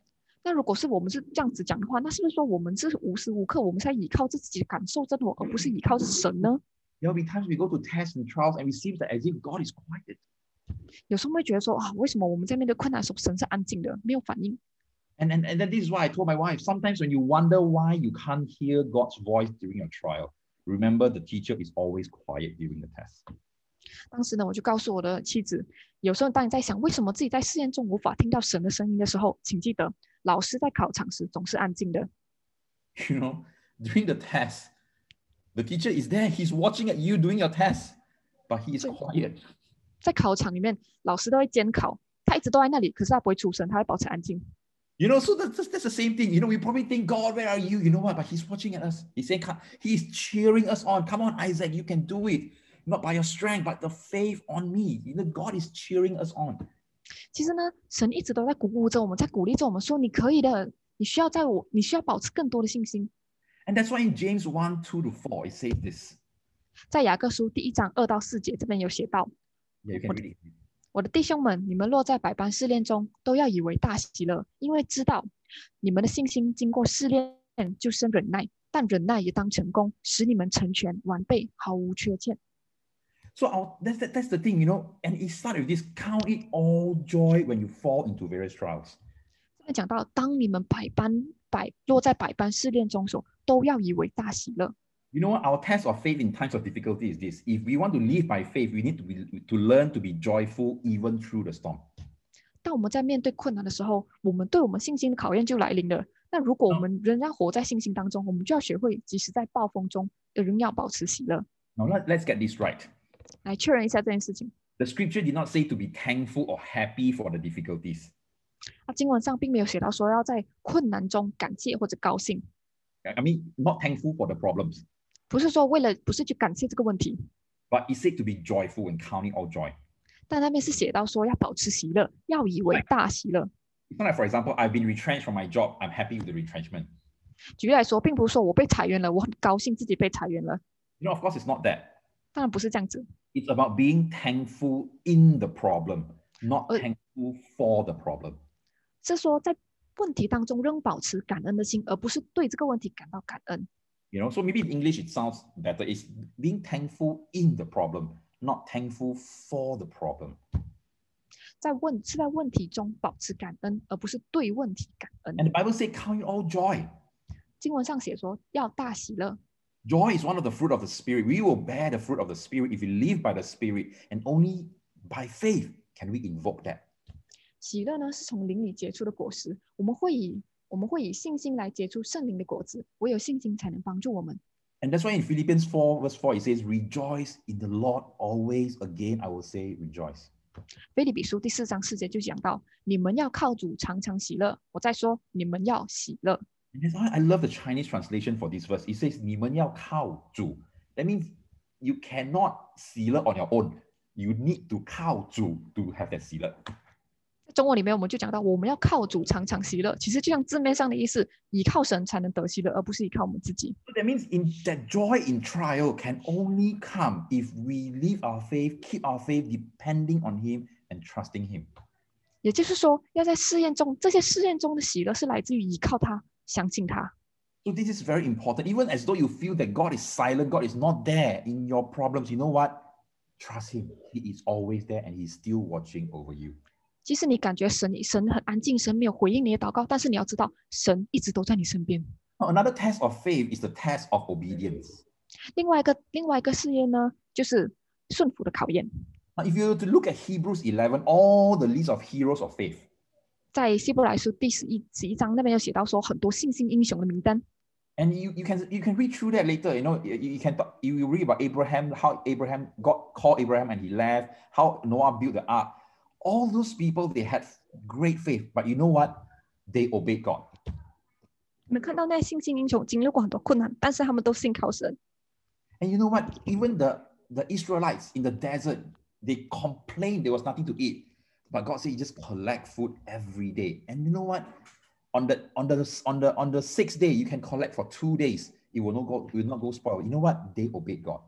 S2: 那如果是我们是这样子讲的话，那是不是说我们是无时无刻我们是在依靠自己的感受真我，而不是依靠神呢？
S1: There will be times we go to tests and trials and it seems that as if God is quiet.
S2: 有时候会觉得说啊，为什么我们在面对困难的时候神是安静的，没有反应？
S1: And, and, and then this is why I told my wife sometimes when you wonder why you can't hear God's voice during your trial, remember the teacher is always quiet during the test.
S2: 当时呢，我就告诉我的妻子，有时候当你在想为什么自己在试验中无法听到神的声音的时候，请记得，老师在考场时总是安静的。
S1: You know, during the test, the teacher is there, he's watching at you doing your test, but he is
S2: So-
S1: quiet.
S2: 在考场里面，老师都会监考，他一直都在那里，可是他不会出声，他会保持安静。
S1: You know, so that's, that's, that's the same thing. You know, we probably think, God, where are you? You know what? But He's watching at us. He's saying, "Come- He's cheering us on. Come on, Isaac, you can do it. Not by your strength, but the faith on me. You know, God is cheering us on.
S2: 其实呢，神一直都在鼓舞着我们，在鼓励着我们说：“你可以的，你需要在我，你需要保持更多的信心。
S1: And that's why in James 1 2 to 4, it says this. ”
S2: 在雅各书第一章二到四节这边有写到
S1: Yeah, you can
S2: What-
S1: read it.
S2: 我的弟兄们，你们落在百般试炼中，都要以为大喜乐，因为知道你们的信心经过试炼，就生忍耐；但忍耐也当成功，使你们成全完备，毫无缺欠。
S1: So our, that's, that, that's the thing, you know. And it started with this count it all joy when you fall into various trials.
S2: 这边讲到，当你们百般百落在百般试炼中时，都要以为大喜乐。
S1: You know what? Our test of faith in times of difficulty is this. If we want to live by faith, we need to, be, to learn to be joyful even through the storm.
S2: 当我们在面对困难的时候，我们对我们信心的考验就来临了。那如果我
S1: 嗯
S2: 们仍然活在信心当中，我们就要学会，即使在暴风中，呃仍要保持喜乐。
S1: Now, let, let's get this right.
S2: 来确认一下这件事情。
S1: The scripture did not say to be thankful or happy for the difficulties.
S2: 啊，经文上并没有写到说要在困难中感谢或者高兴，
S1: I I mean, not thankful for the problems,
S2: 不是说为了不是去感谢这个问题，
S1: but it said to be joyful and counting all joy.
S2: 但那边是写到说要保持喜乐，要以为大喜乐。
S1: It's not like, for example, I've been retrenched from my job. I'm happy with the retrenchment.
S2: 举例来说，并不是说我被裁员了，我很高兴自己被裁员了，
S1: You know, of course, it's not that.
S2: 当然不是这样子，
S1: It's about being thankful in the problem, not
S2: Uh,
S1: thankful for the problem.
S2: 是说在问题当中仍保持感恩的心，而不是对这个问题感到感恩。
S1: You know, so maybe in English it sounds better. It's being thankful in the problem, not thankful for the problem.
S2: 在问是在问题中保持感恩，而不是对问题感恩。
S1: And the Bible says, count it all joy.
S2: 经文上写说要大喜乐，
S1: Joy is one of the fruit of the Spirit. We will bear the fruit of the Spirit if we live by the Spirit, and only by faith can we invoke that.
S2: 喜乐呢是从灵里结出的果实，我们会以我们会以信心来结出圣灵的果子，唯有信心才能帮助我们。
S1: And that's why in Philippians 4, verse 4, it says, Rejoice in the Lord always. Again, I will say, rejoice.
S2: 菲利比书第四章四节就讲到，你们要靠主常常喜乐。我在说，你们要喜乐。
S1: And that's why I love the Chinese translation for this verse. It says, 你们要靠主. That means you cannot sealer on your own. You need to 靠主 to have that sealer.
S2: 在中文里面我们就讲到，我们要靠主常常喜乐。其实就像字面上的意思，倚靠神才能得喜乐，而不是依靠我们自己。
S1: So that means in that joy in trial can only come if we live our faith, keep our faith depending on Him and trusting Him.
S2: 也就是说，要在试验中，这些试验中的喜乐是来自于依靠他、相信他。
S1: So this is very important. Even as though you feel that God is silent, God is not there in your problems, you know what? Trust Him. He is always there and He's still watching over you.
S2: 即使你感觉神神很安静，神没有回应你的祷告，但是你要知道，神一直都在你身边。
S1: Now, another test of faith is the test of obedience.
S2: 另外一个另外一个试验呢，就是顺服的考验。
S1: Now, if you were to look at Hebrews 11, all the list of heroes of faith,
S2: 在希伯来书第十一十一章那边有写到说，很多信心英雄的名单。
S1: and you, you can you can read through that later. You know, you, you can talk, you will read about Abraham, how Abraham God called Abraham and he left, how Noah built the ark. All those people they had great faith, but you know what? They obeyed God.
S2: 你们看到那些信心英雄经历过很多困难，但是他们都信靠神。
S1: And you know what? Even the, the Israelites in the desert, they complained there was nothing to eat. But God said, you just collect food every day. And you know what? On the on the on the on the sixth day, you can collect for two days. It will not go, it will not go spoil. You know what? They obeyed God.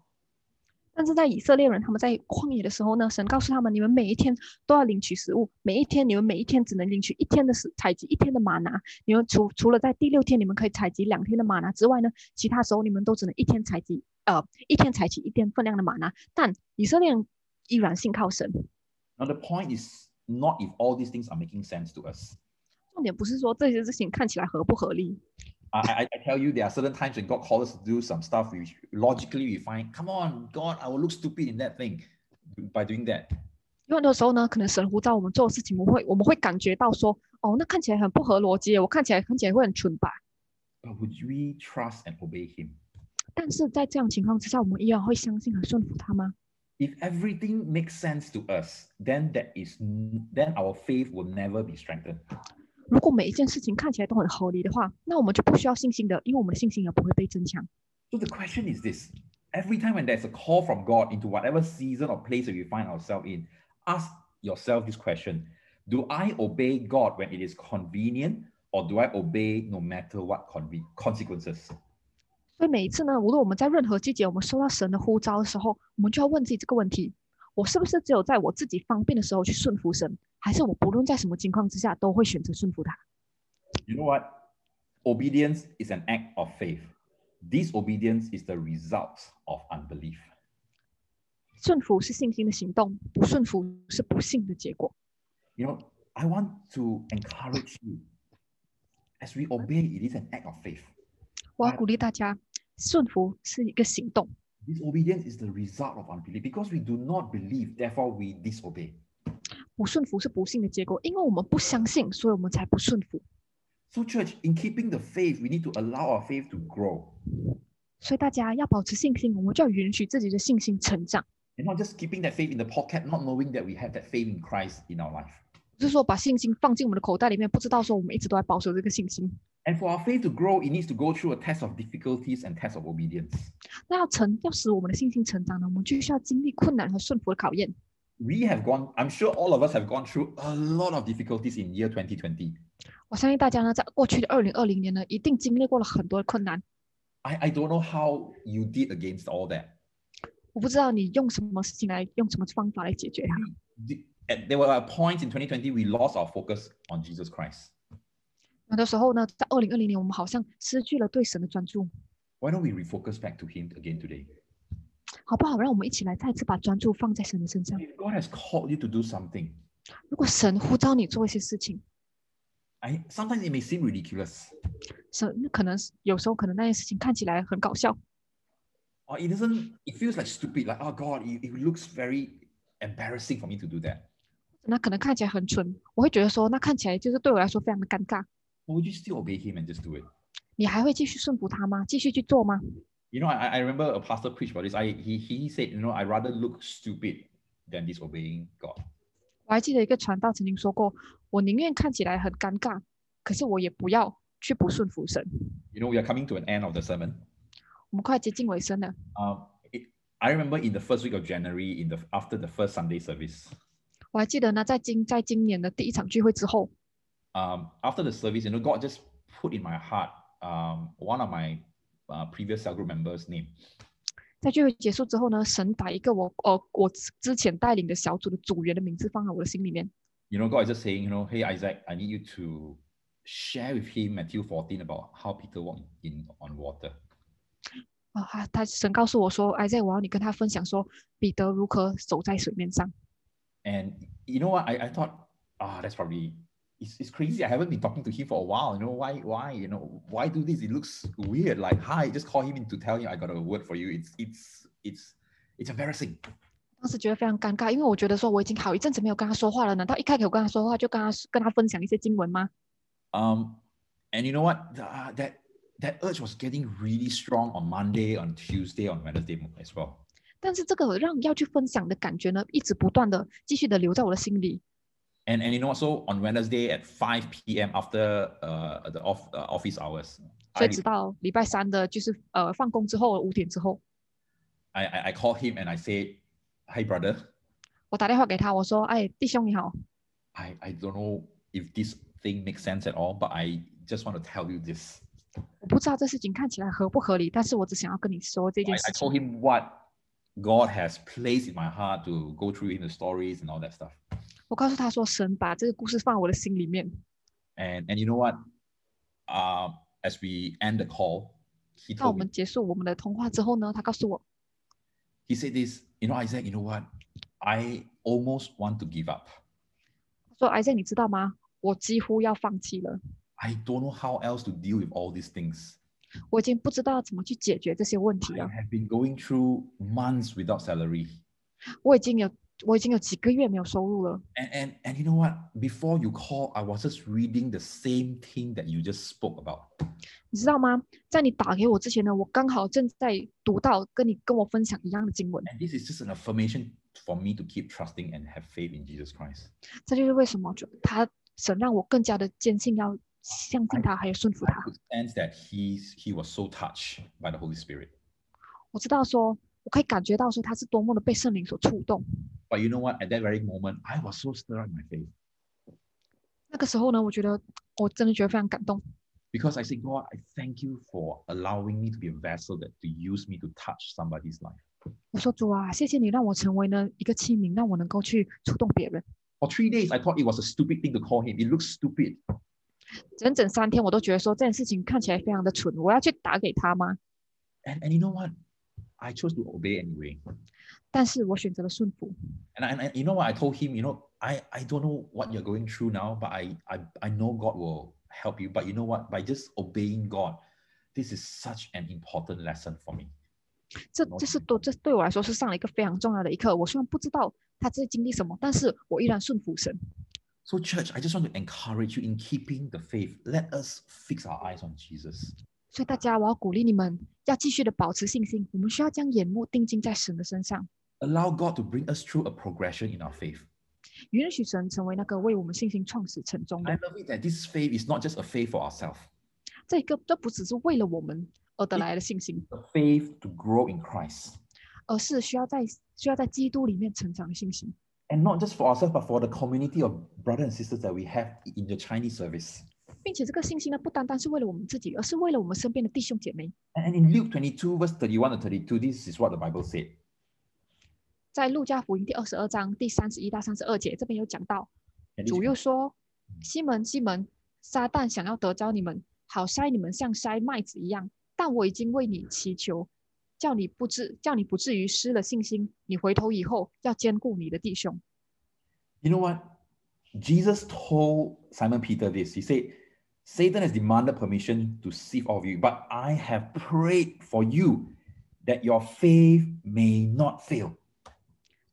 S2: 但是在以色列人他们在旷野的时候呢，神告诉他们，你们每一天都要领取食物，每一天你们每一天只能领取一天的食，采集一天的玛拿。你们除除了在第六天你们可以采集两天的玛拿之外呢，其他时候你们都只能一天采集，呃，一天采集一天分量的玛拿。但以色列人依然信靠神。
S1: Now the point is not if all these things are making sense to us.
S2: 重点不是说这些事情看起来合不合理，
S1: I, I, I tell you, there are certain times when God calls us to do some stuff which logically we find, come on, God, I will look stupid in that thing by doing that.
S2: 有很多时候呢，可能神呼召我们做的事情，我们会我们会感觉到说，哦，那看起来很不合逻辑耶，我看起来看起来会很蠢吧。
S1: But would we trust and obey Him?
S2: 但是在这样情况之下，我们依然会相信和顺服他吗？
S1: if everything makes sense to us then that is n- then our faith will never be strengthened
S2: 如果每一件事情看起来都很合理的话，那我们就不需要信心的，因为我们的信心也不会被增强。
S1: So the question is this every time when there's a call from God into whatever season or place that we find ourselves in, ask yourself this question Do I obey God when it is convenient, or do I obey no matter what conve- consequences?
S2: 所以每一次呢，无论我们在任何季节，我们收到神的呼召的时候，我们就要问自己这个问题：我是不是只有在我自己方便的时候去顺服神，还是我不论在什么情况之下都会选择顺服他？
S1: You know what? Obedience is an act of faith. Disobedience is the result of unbelief.
S2: 顺服是信心的行动，不顺服是不幸的结果。
S1: You know, I want to encourage you. As we obey, it is an act of faith.
S2: 我要
S1: 哎
S2: 鼓励大家，顺服是一个行动，
S1: Disobedience is the result of unbelief because we do not believe, therefore we disobey.
S2: 不顺服是不幸的结果，因为我们不相信，所以我们才不顺服。
S1: So, church, in keeping the faith, we need to allow our faith to grow.
S2: 所以大家要保持信心，我们就要允许自己的信心成长，
S1: And not just keeping that faith in the pocket, not knowing that we have that faith in Christ in our life.
S2: 不是说把信心放进我们的口袋里面，不知道说我们一直都在保守这个信心。
S1: And for our faith to grow, it needs to go through a test of difficulties and test of obedience.
S2: 那要成，要使我们的信心成长呢，我们就需要经历困难和顺服的考验。
S1: We have gone, I'm sure all of us have gone through a lot of difficulties in year 2020.
S2: 我相信大家呢，在过去的二零二零年呢，一定经历过了很多的困难。
S1: I, I don't know how you did against all that.
S2: 我不知道你用什么事情来，用什么方法来解决它。
S1: The- and There were points in 2020 we lost our focus on Jesus Christ.
S2: 有的时候呢，在二零二零年，我们好像失去了对神的专注，
S1: Why don't we refocus back to Him again today?
S2: 好不好？让我们一起来再次把专注放在神的身上。
S1: If God has called you to do something,
S2: 如果神呼召你做一些事情，
S1: I, sometimes it may seem ridiculous
S2: 神那可能是有时候可能那些事情看起来很搞笑，
S1: or it doesn't, it feels like stupid, like, oh God, it, it looks very embarrassing for me to do that.
S2: 那可能看起来很蠢，我会觉得说那看起来就是对我来说非常的尴尬。
S1: But would you still obey Him and just do it?
S2: 你还会继续顺服他吗？继续去做吗？
S1: You know, I, I remember a pastor preached about this. I, he, he said, you know, I rather look stupid than disobeying God.
S2: 我还记得一个传道曾经说过，我宁愿看起来很尴尬，可是我也不要去不顺服神。
S1: You know, we are coming to an end of the sermon.
S2: 我们快接近尾声了。
S1: Um, it, I remember in the first week of January, in the after the first Sunday service,
S2: 我还记得呢，在今在今年的第一场聚会之后，
S1: um, after the service, you know, God just put in my heart um, one of my uh, previous cell group members' name.
S2: 在聚会结束之后呢，神把一个我呃我之之前带领的小组的组员的名字放在我的心里面。
S1: You know, God is just saying, you know, hey Isaac, I need you to share with him Matthew 14 about how Peter walked in on water.
S2: 啊、他他神告诉我说，哎，在我要你跟他分享说，彼得如何走在水面上。
S1: And you know what? I, I thought, ah, that's probably it's, it's crazy. I haven't been talking to him for a while. You know, why why, you know, why do this? It looks weird. Like, hi, just call him in to tell him I got a word for you. It's it's it's it's embarrassing.
S2: 当时觉得非常尴尬，因为我觉得说我已经好一阵子没有跟他说话了，难道一开口跟他说话就跟他跟他分享一些经文吗？
S1: Um, and you know what? The- uh, that that urge was getting really strong on Monday, on Tuesday, on Wednesday as well.
S2: 但是这个让要去分享的感觉呢，一直不断的继续的留在我的心里。
S1: And and you know what? So on Wednesday at five p.m. after uh, the off, uh, office hours,
S2: 所
S1: I,
S2: 以直到礼拜三的，就是呃放工之后五点之后，
S1: I I I called him and I said, "Hi, brother.
S2: 我打电话给他，我说：“哎，弟兄你好，
S1: I I don't know if this thing makes sense at all, but I just want to tell you this."
S2: 我不知道这事情看起来合不合理，但是我只想要跟你说这
S1: I,
S2: 件
S1: I
S2: 事情。
S1: told him what God has placed in my heart to go through in the stories and all that stuff.
S2: 我告诉他说，神把这个故事放在我的心里面。
S1: And and you know what? Um, as we end the call, he
S2: 那我
S1: told me
S2: 们结束我们的通话之后呢，他告诉我，
S1: he said this. You know, Isaac. You know what? I almost want to give up.
S2: 他说：“癌症，你知道吗？我几乎要放弃了，
S1: I don't know how else to deal with all these things.
S2: 我已经不知道怎么去解决这些问题
S1: I
S2: 了。
S1: have been going through months without salary.
S2: 我已经有我已经有几个月没有收入了。
S1: And, and and you know what? Before you call, I was just reading the same thing that you just spoke about.
S2: 你知道吗？在你打给我之前呢，我刚好正在读到跟你跟我分享一样的经文。
S1: And this is just an affirmation for me to keep trusting and have faith in Jesus Christ.
S2: 这就是为什么就他神让我更加的坚信要相信他，还有顺服
S1: I
S2: 他。
S1: could sense that he he was so touched by the Holy Spirit.
S2: 我知道说，我可以感觉到说他是多么的被圣灵所触动。
S1: But you know what? At that very moment, I was so stirred up in my faith
S2: 那个时候呢，我觉得我真的觉得非常感动。
S1: because I said, God, I thank you for allowing me to be a vessel that to use me to touch somebody's life.
S2: 我说主啊，谢谢你让我成为呢一个器皿，让我能够去触动别人。
S1: For three days, I thought it was a stupid thing to call him. It looks stupid.
S2: 整整三天，我都觉得说这件事情看起来非常的蠢，我要去打给他吗？
S1: And, and you know what? I chose to obey anyway.
S2: 但是我选择了顺服。
S1: And, I, and I- you know what? I told him, you know, I, I don't know what you're going through now, but I, I, I know God will help you. But you know what? By just obeying God, this is such an important lesson for me.
S2: 这
S1: 了
S2: 这是
S1: 解
S2: 对这对我来说是上了一个非常重要的一课。我虽然不知道他在经历什么，但是我依然顺服神。
S1: So, church, I just want to encourage you in keeping the faith. Let us fix our eyes on Jesus.
S2: 所以大家，我要鼓励你们要继续的保持信心。我们需要将眼目定睛在神的身上，
S1: Allow God to bring us through a progression in our faith.
S2: 允许神成为那个为我们信心创始成终
S1: I
S2: 的。
S1: love it that this faith is not just a faith for ourselves,
S2: 这个这不只是为了我们而得来的信心，
S1: a faith to grow in Christ.
S2: 而是需要在需要在基督里面成长的信心。
S1: And not just for ourselves, but for the community of brothers and sisters that we have in the Chinese service.
S2: 并且这个信心呢，不单单是为了我们自己，而是为了我们身边的弟兄姐妹。
S1: And in Luke 22, verse 31 to 32, this is what the Bible said.
S2: 在路加福音第二十二章第三十一到三十二节，这边有讲到，
S1: And this-
S2: 主又说：“
S1: 嗯
S2: 西门，西门，撒旦想要得着你们，好筛你们像筛麦子一样。但我已经为你祈求，叫你不至叫你不至于失了信心。你回头以后要兼顾你的弟兄。
S1: You know what? Jesus told Simon Peter this. He said, Satan has demanded permission to sift all of you, but I have prayed for you that your faith may not fail. ”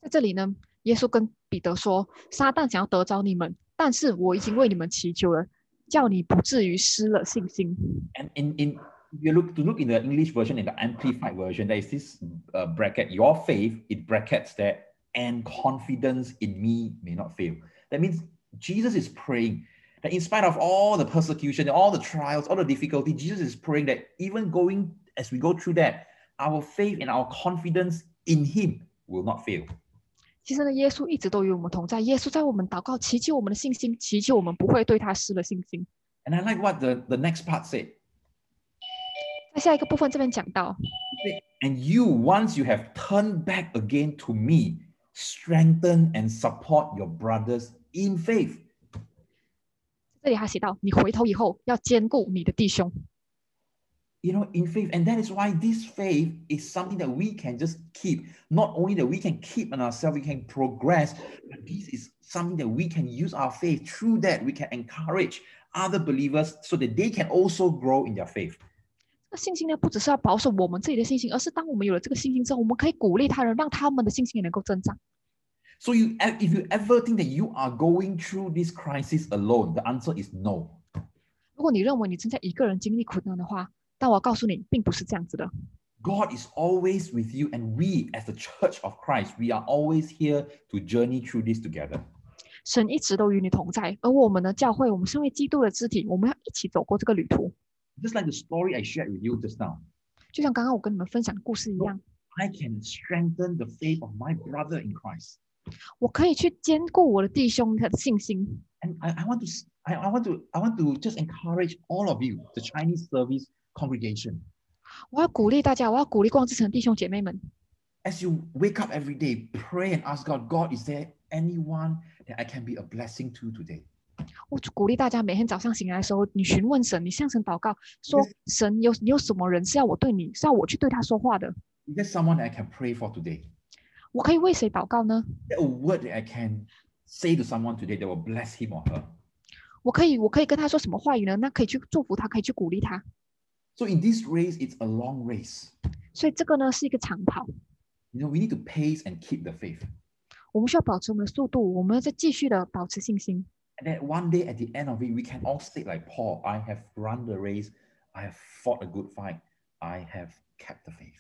S2: 在这里呢，耶稣跟彼得说：“撒旦想要得着你们，但是我已经为你们祈求了，叫你不至于失了信心。
S1: And in, in if you look to look in the English version and the amplified version, there is this uh, bracket, your faith, it brackets that, and confidence in me may not fail. That means Jesus is praying that in spite of all the persecution, all the trials, all the difficulty, Jesus is praying that even going as we go through that, our faith and our confidence in him will not fail. ”
S2: 其实呢，耶稣一直都与我们同在。耶稣在我们祷告、祈求我们的信心，祈求我们不会对他失了信心。
S1: And I like what the, the next part said.
S2: 在下一个部分这边讲到，
S1: And you, once you have turned back again to me, strengthen and support your brothers in faith.
S2: 这里还写到，你回头以后要兼顾你的弟兄。
S1: You know, in faith. And that is why this faith is something that we can just keep. Not only that we can keep on ourselves, we can progress, but this is something that we can use our faith. Through that, we can encourage other believers so that they can also grow in their faith.
S2: 那信心呢，不只是要保守我们自己的信心，而是当我们有了这个信心之后，我们可以鼓励他人，让他们的信心也能够增长。
S1: So you if you ever think that you are going through this crisis alone, the answer is no.
S2: 如果你认为你正在一个人经历苦难的话，但我告诉你，并不是这样子的。
S1: God is always with you, and we, as the church of Christ, we are always here to journey through this together.
S2: 神一直都与你同在，而我们呢，教会，我们身为基督的肢体，我们要一起走过这个旅途。
S1: Just like the story I shared with you just now,
S2: 就像刚刚我跟你们分享的故事一样，
S1: I can strengthen the faith of my brother in Christ.
S2: 我可以去兼顾我的弟兄的信心。
S1: And I, I want to, s- I, I want to, I want to just encourage all of you, the Chinese service congregation,
S2: 我要鼓励大家，我要鼓励光之城弟兄姐妹们，
S1: as you wake up every day, pray and ask God, God, is there anyone that I can be a blessing to today?
S2: 我鼓励大家每天早上醒来的时候，你询问神，你向神祷告，说
S1: 嗯
S2: 神有你有什么人是要我对你是要我去对他说话的？
S1: Is there someone that I can pray for today?
S2: 我可以为谁祷告呢？
S1: Is there a word that I can say to someone today that will bless him or her?
S2: 我可以我可以跟他说什么话语呢？那可以去祝福他，可以去鼓励他。
S1: So in this race, it's a long race.
S2: 所以这个呢是一个长跑，
S1: You know, we need to pace and keep the faith.
S2: 我们需要保持我们的速度，我们要再继续的保持信心。
S1: And then one day at the end of it, we can all say like Paul, I have run the race, I have fought a good fight, I have kept the faith.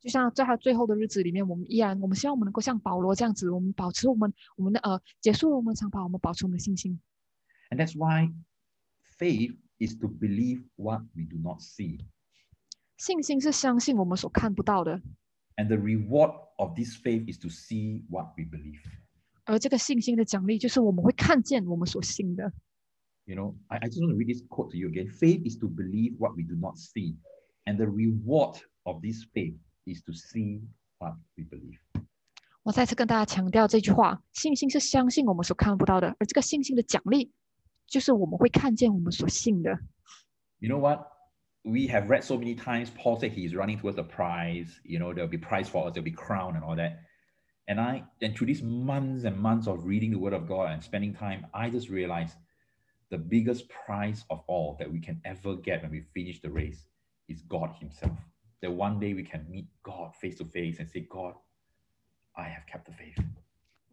S2: 就像在他最后的日子里面，我们依然我们希望我们能够像保罗这样子，我们保持我们我们的呃结束了我们的长跑，我们保持我们的信心。
S1: And that's why faith is to believe what we do not see.
S2: 信心是相信我们所看不到的，
S1: And the reward of this faith is to see what we believe.
S2: 而这个信心的奖励就是我们会看见我们所信的。
S1: You know, I, I just want to read this quote to you again. Faith is to believe what we do not see. And the reward of this faith is to see what we believe.
S2: 我再次跟大家强调这句话：信心是相信我们所看不到的，而这个信心的奖励就是我们会看见我们所信的。
S1: You know what? We have read so many times, Paul said he's running towards the prize. You know, there'll be prize for us, there'll be crown and all that. And I, and through these months and months of reading the word of God and spending time, I just realized the biggest prize of all that we can ever get when we finish the race is God Himself. That one day we can meet God face to face and say, God, I have kept the faith.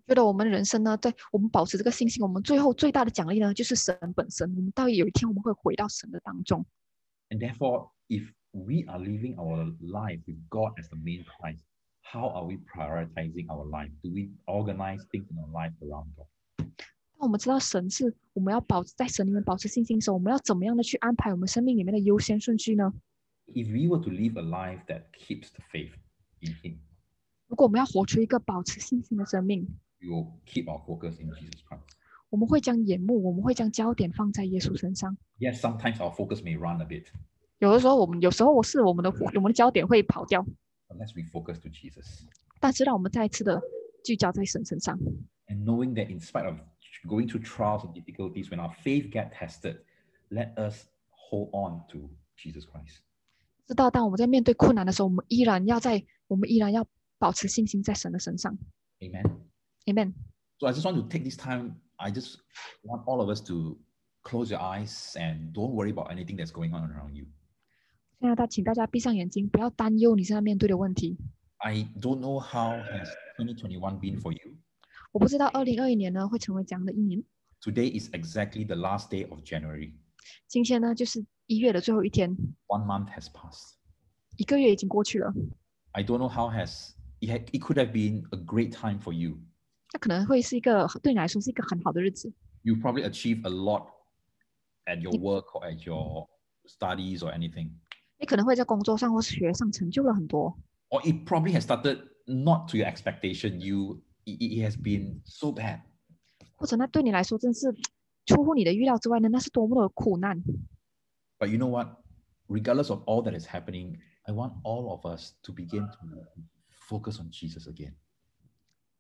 S2: 觉得我们人生呢，对我们保持这个信心，我们最后最大的奖励呢，就是神本身。我们到有一天我们会回到神的当中，
S1: And therefore, if we are living our life with God as the main prize, how are we prioritizing our life? Do we organize things in our life around God?
S2: 当我们知道神是我们要保在神里面保持信心的时候，我们要怎么样的去安排我们生命里面的优先顺序呢？
S1: If we were to live a life that keeps the faith in Him,
S2: 如果我们要活出一个保持信心的生命，
S1: we will keep our focus in Jesus Christ.
S2: 我们会将眼目，我们会将焦点放在耶稣身上。
S1: Yes, sometimes our focus may run a bit
S2: 有的时候，我们有时候我是我们的火我们的焦点会跑掉，
S1: unless we focus to Jesus.
S2: 但是让我们再一次的聚焦在神身上。
S1: And knowing that in spite of going through trials and difficulties, when our faith get tested, let us hold on to Jesus Christ.
S2: 知道当我们在面对困难的时候，我们依然要在，我们依然要保持信心在神的身上。
S1: Amen.
S2: Amen。
S1: So I just want to take this time. I just want all of us to close your eyes and don't worry about anything that's going on around you.
S2: 现在大，请大家闭上眼睛，不要担忧你现在面对的问题。
S1: I don't know how has 2021 been for you.
S2: 我不知道二零二一年呢会成为怎样的一年。
S1: Today is exactly the last day of January.
S2: 今天呢就是一月的最后一天，
S1: One month has passed.
S2: 一个月已经过去了。
S1: I don't know how has it, had, it could have been a great time for you.
S2: 那可能会是一个对你来说是一个很好的日子，
S1: You probably achieved a lot at your
S2: Yep.
S1: work or at your studies or anything.
S2: 你可能会在工作上或是学业上成就了很多，
S1: Or it probably has started not to your expectation. You it- it it has been so bad.
S2: 或者那对你来说真是出乎你的预料之外呢，那是多么的苦难。
S1: But you know what? Regardless of all that is happening, I want all of us to begin to focus on Jesus again.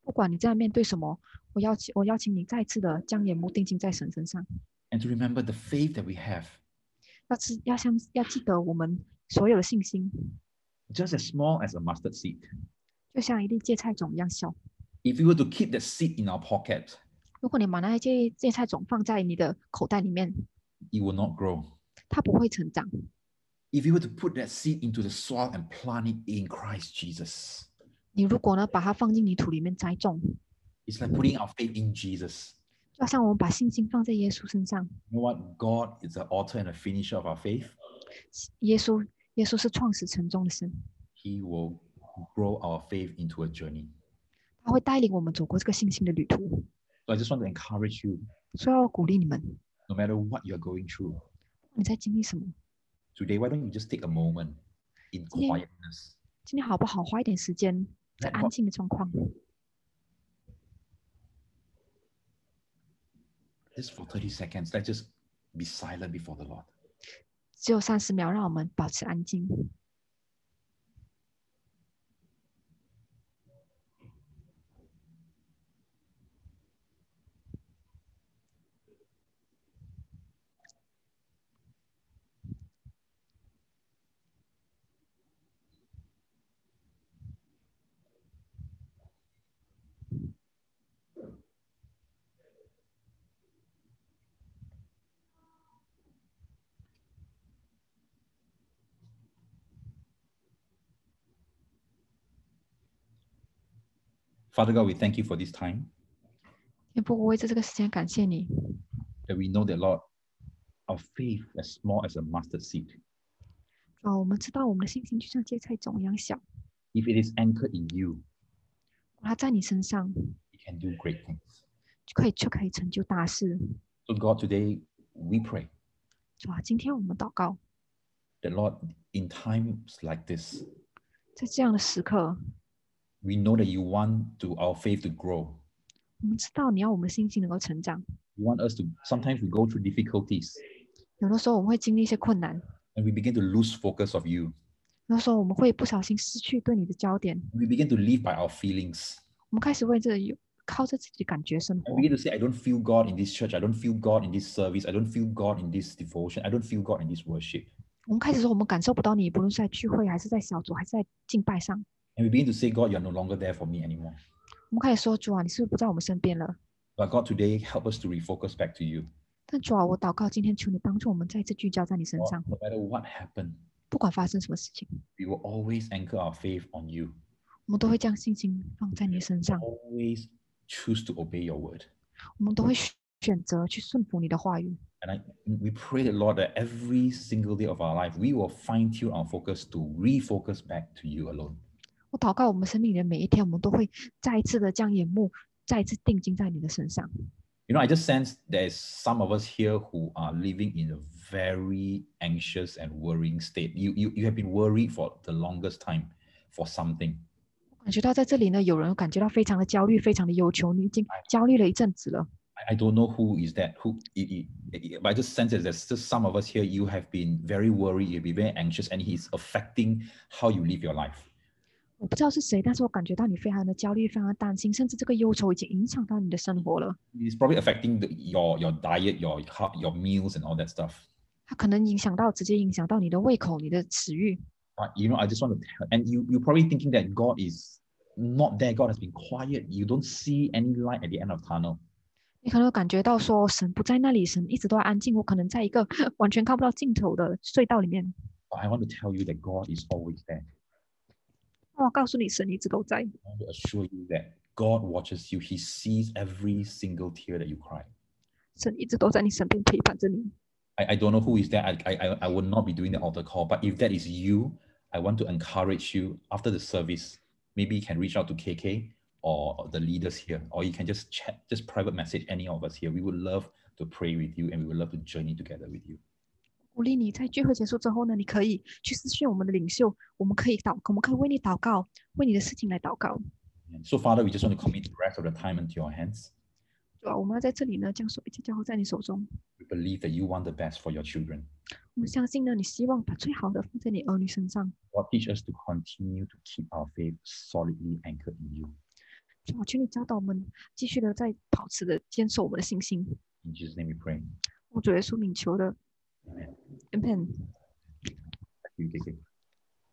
S2: 不管你在面对什么，我邀请我邀请你再次的将眼目定睛在神身上，
S1: And to remember the faith that we have,
S2: 要知要相要记得我们所有的信心，
S1: just as small as a mustard seed.
S2: 就像一粒芥菜种一样小。
S1: If we were to keep that seed in our pocket,
S2: 如果你把那一芥芥菜种放在你的口袋里面，
S1: it will not grow.
S2: 它不会成长。
S1: If we were to put that seed into the soil and plant it in Christ Jesus,
S2: 你如果呢把它放进泥土里面栽种，
S1: it's like putting our faith in Jesus.
S2: 就像我们把信心放在耶稣身上，
S1: You know what? God is the author and the finisher of our faith.
S2: 耶稣耶稣是创始成终的神，
S1: He will grow our faith into a journey.
S2: 他会带领我们走过这个信心的旅途。
S1: So I just want to encourage you,
S2: 所以要鼓励你们，
S1: no matter what you're going through,
S2: 你在经历什么？
S1: today, why don't you just take a moment in
S2: Yeah.
S1: quietness?
S2: 今天好不好？花一点时间在
S1: Let
S2: 安
S1: God,
S2: 静的状况，
S1: just for 30 seconds, let's just be silent before the Lord.
S2: 只有三十秒，让我们保持安静。
S1: Father God, we thank you for this time
S2: 也不过为在这个时间感谢你，
S1: that we know that, Lord, our faith as small as a mustard seed,
S2: 啊、我们知道我们的信心就像芥菜种一样小，
S1: if it is anchored in you,
S2: 它在你身上
S1: it can do great things.
S2: 就可以就可以成就大事。
S1: So God, today we pray
S2: 主啊，今天我们祷告，
S1: that Lord, in times like this,
S2: 在这样的时刻，
S1: we know that you want to our faith to grow.
S2: 我们知道你要我们的信心能够成长。
S1: You want us to sometimes we go through difficulties
S2: 有的时候我们会经历一些困难，
S1: and we begin to lose focus of you.
S2: 有的时候我们会不小心失去对你的焦点，
S1: We begin to live by our feelings.
S2: 我们开始为这有靠着自己的感觉生
S1: And
S2: 活
S1: we。begin to say, I don't feel God in this church. I don't feel God in this service. I don't feel God in this devotion. I don't feel God in this worship.
S2: 我们开始说我们感受不到你，不论是在聚会还是在小组还是在敬拜上，
S1: And we begin to say, God, you're no longer there for me anymore.
S2: 我们开始说主啊，你是不是不在我们身边了？
S1: But God, today help us to refocus back to you.
S2: 但主啊，我祷告今天求你帮助我们再次聚焦在你身
S1: Lord,
S2: 上，
S1: no matter what happened,
S2: 不管发生什么事情，
S1: we will always anchor our faith on you.
S2: 我们都会将信心放在你身上，
S1: Always choose to obey your word.
S2: 我们都会选选择去顺服你的话语。
S1: And I, we pray that, Lord, that every single day of our life, we will fine tune our focus to refocus back to you alone.
S2: 我祷告我们生命里的每一天，我们都会再一次的将眼目再一次定睛在你的身上。
S1: You know, I just sense there's some of us here who are living in a very anxious and worrying state. You, you, you have been worried for the longest time for something.
S2: 我感觉到在这里呢，有人感觉到非常的焦虑，非常的忧愁，你已经焦虑了一阵子了。
S1: I, I don't know who is that, who, it, it, it- but I just sense that there's just some of us here, you have been very worried, you've been very anxious, and it's affecting how you live your life.
S2: 我不知道是谁，但是我感觉到你非常的焦虑，非常的担心，甚至这个忧愁已经影响到你的生活了。
S1: It's probably affecting the, your, your diet, your, how- your meals, and all that stuff.
S2: 它可能影响到，直接影响到你的胃口、你的食欲。
S1: But you know, I just want to tell, and you you're probably thinking that God is not there. God has been quiet. You don't see any light at the end of tunnel.
S2: 你可能会感觉到说，神不在那里，神一直都在安静。我可能在一个 完全看不到尽头的隧道里面。
S1: But I want to tell you that God is always there.
S2: 我告诉你，神一直都在。
S1: I want to assure you that God watches you. He sees every single tear that you cry.
S2: 神一直都在你身边陪伴着你。
S1: I, I don't know who is there. I, I I- I will not be doing the altar call. But if that is you, I want to encourage you after the service. Maybe you can reach out to KK or the leaders here, or you can just chat, just private message any of us here. We would love to pray with you and we would love to journey together with you.
S2: 鼓励你在聚会结束之后呢，你可以去私讯我们的领袖，我们可以祷，我们可以为你祷告，为你的事情来祷告。
S1: And so, Father, we just want to commit the rest of the time into your hands.
S2: 主啊，我们要在这里呢，将所有一切交付在你手中。
S1: We believe that you want the best for your children.
S2: 我们相信呢，你希望把最好的放在你儿女身上。
S1: Lord, teach us to continue to keep our faith solidly anchored in you.
S2: 主啊，求你教导我们，继续的在保持的坚守我们的信心。
S1: In Jesus' name we pray.
S2: 我主耶稣名求的
S1: Amen.
S2: ，Amen。
S1: Thank you, KK.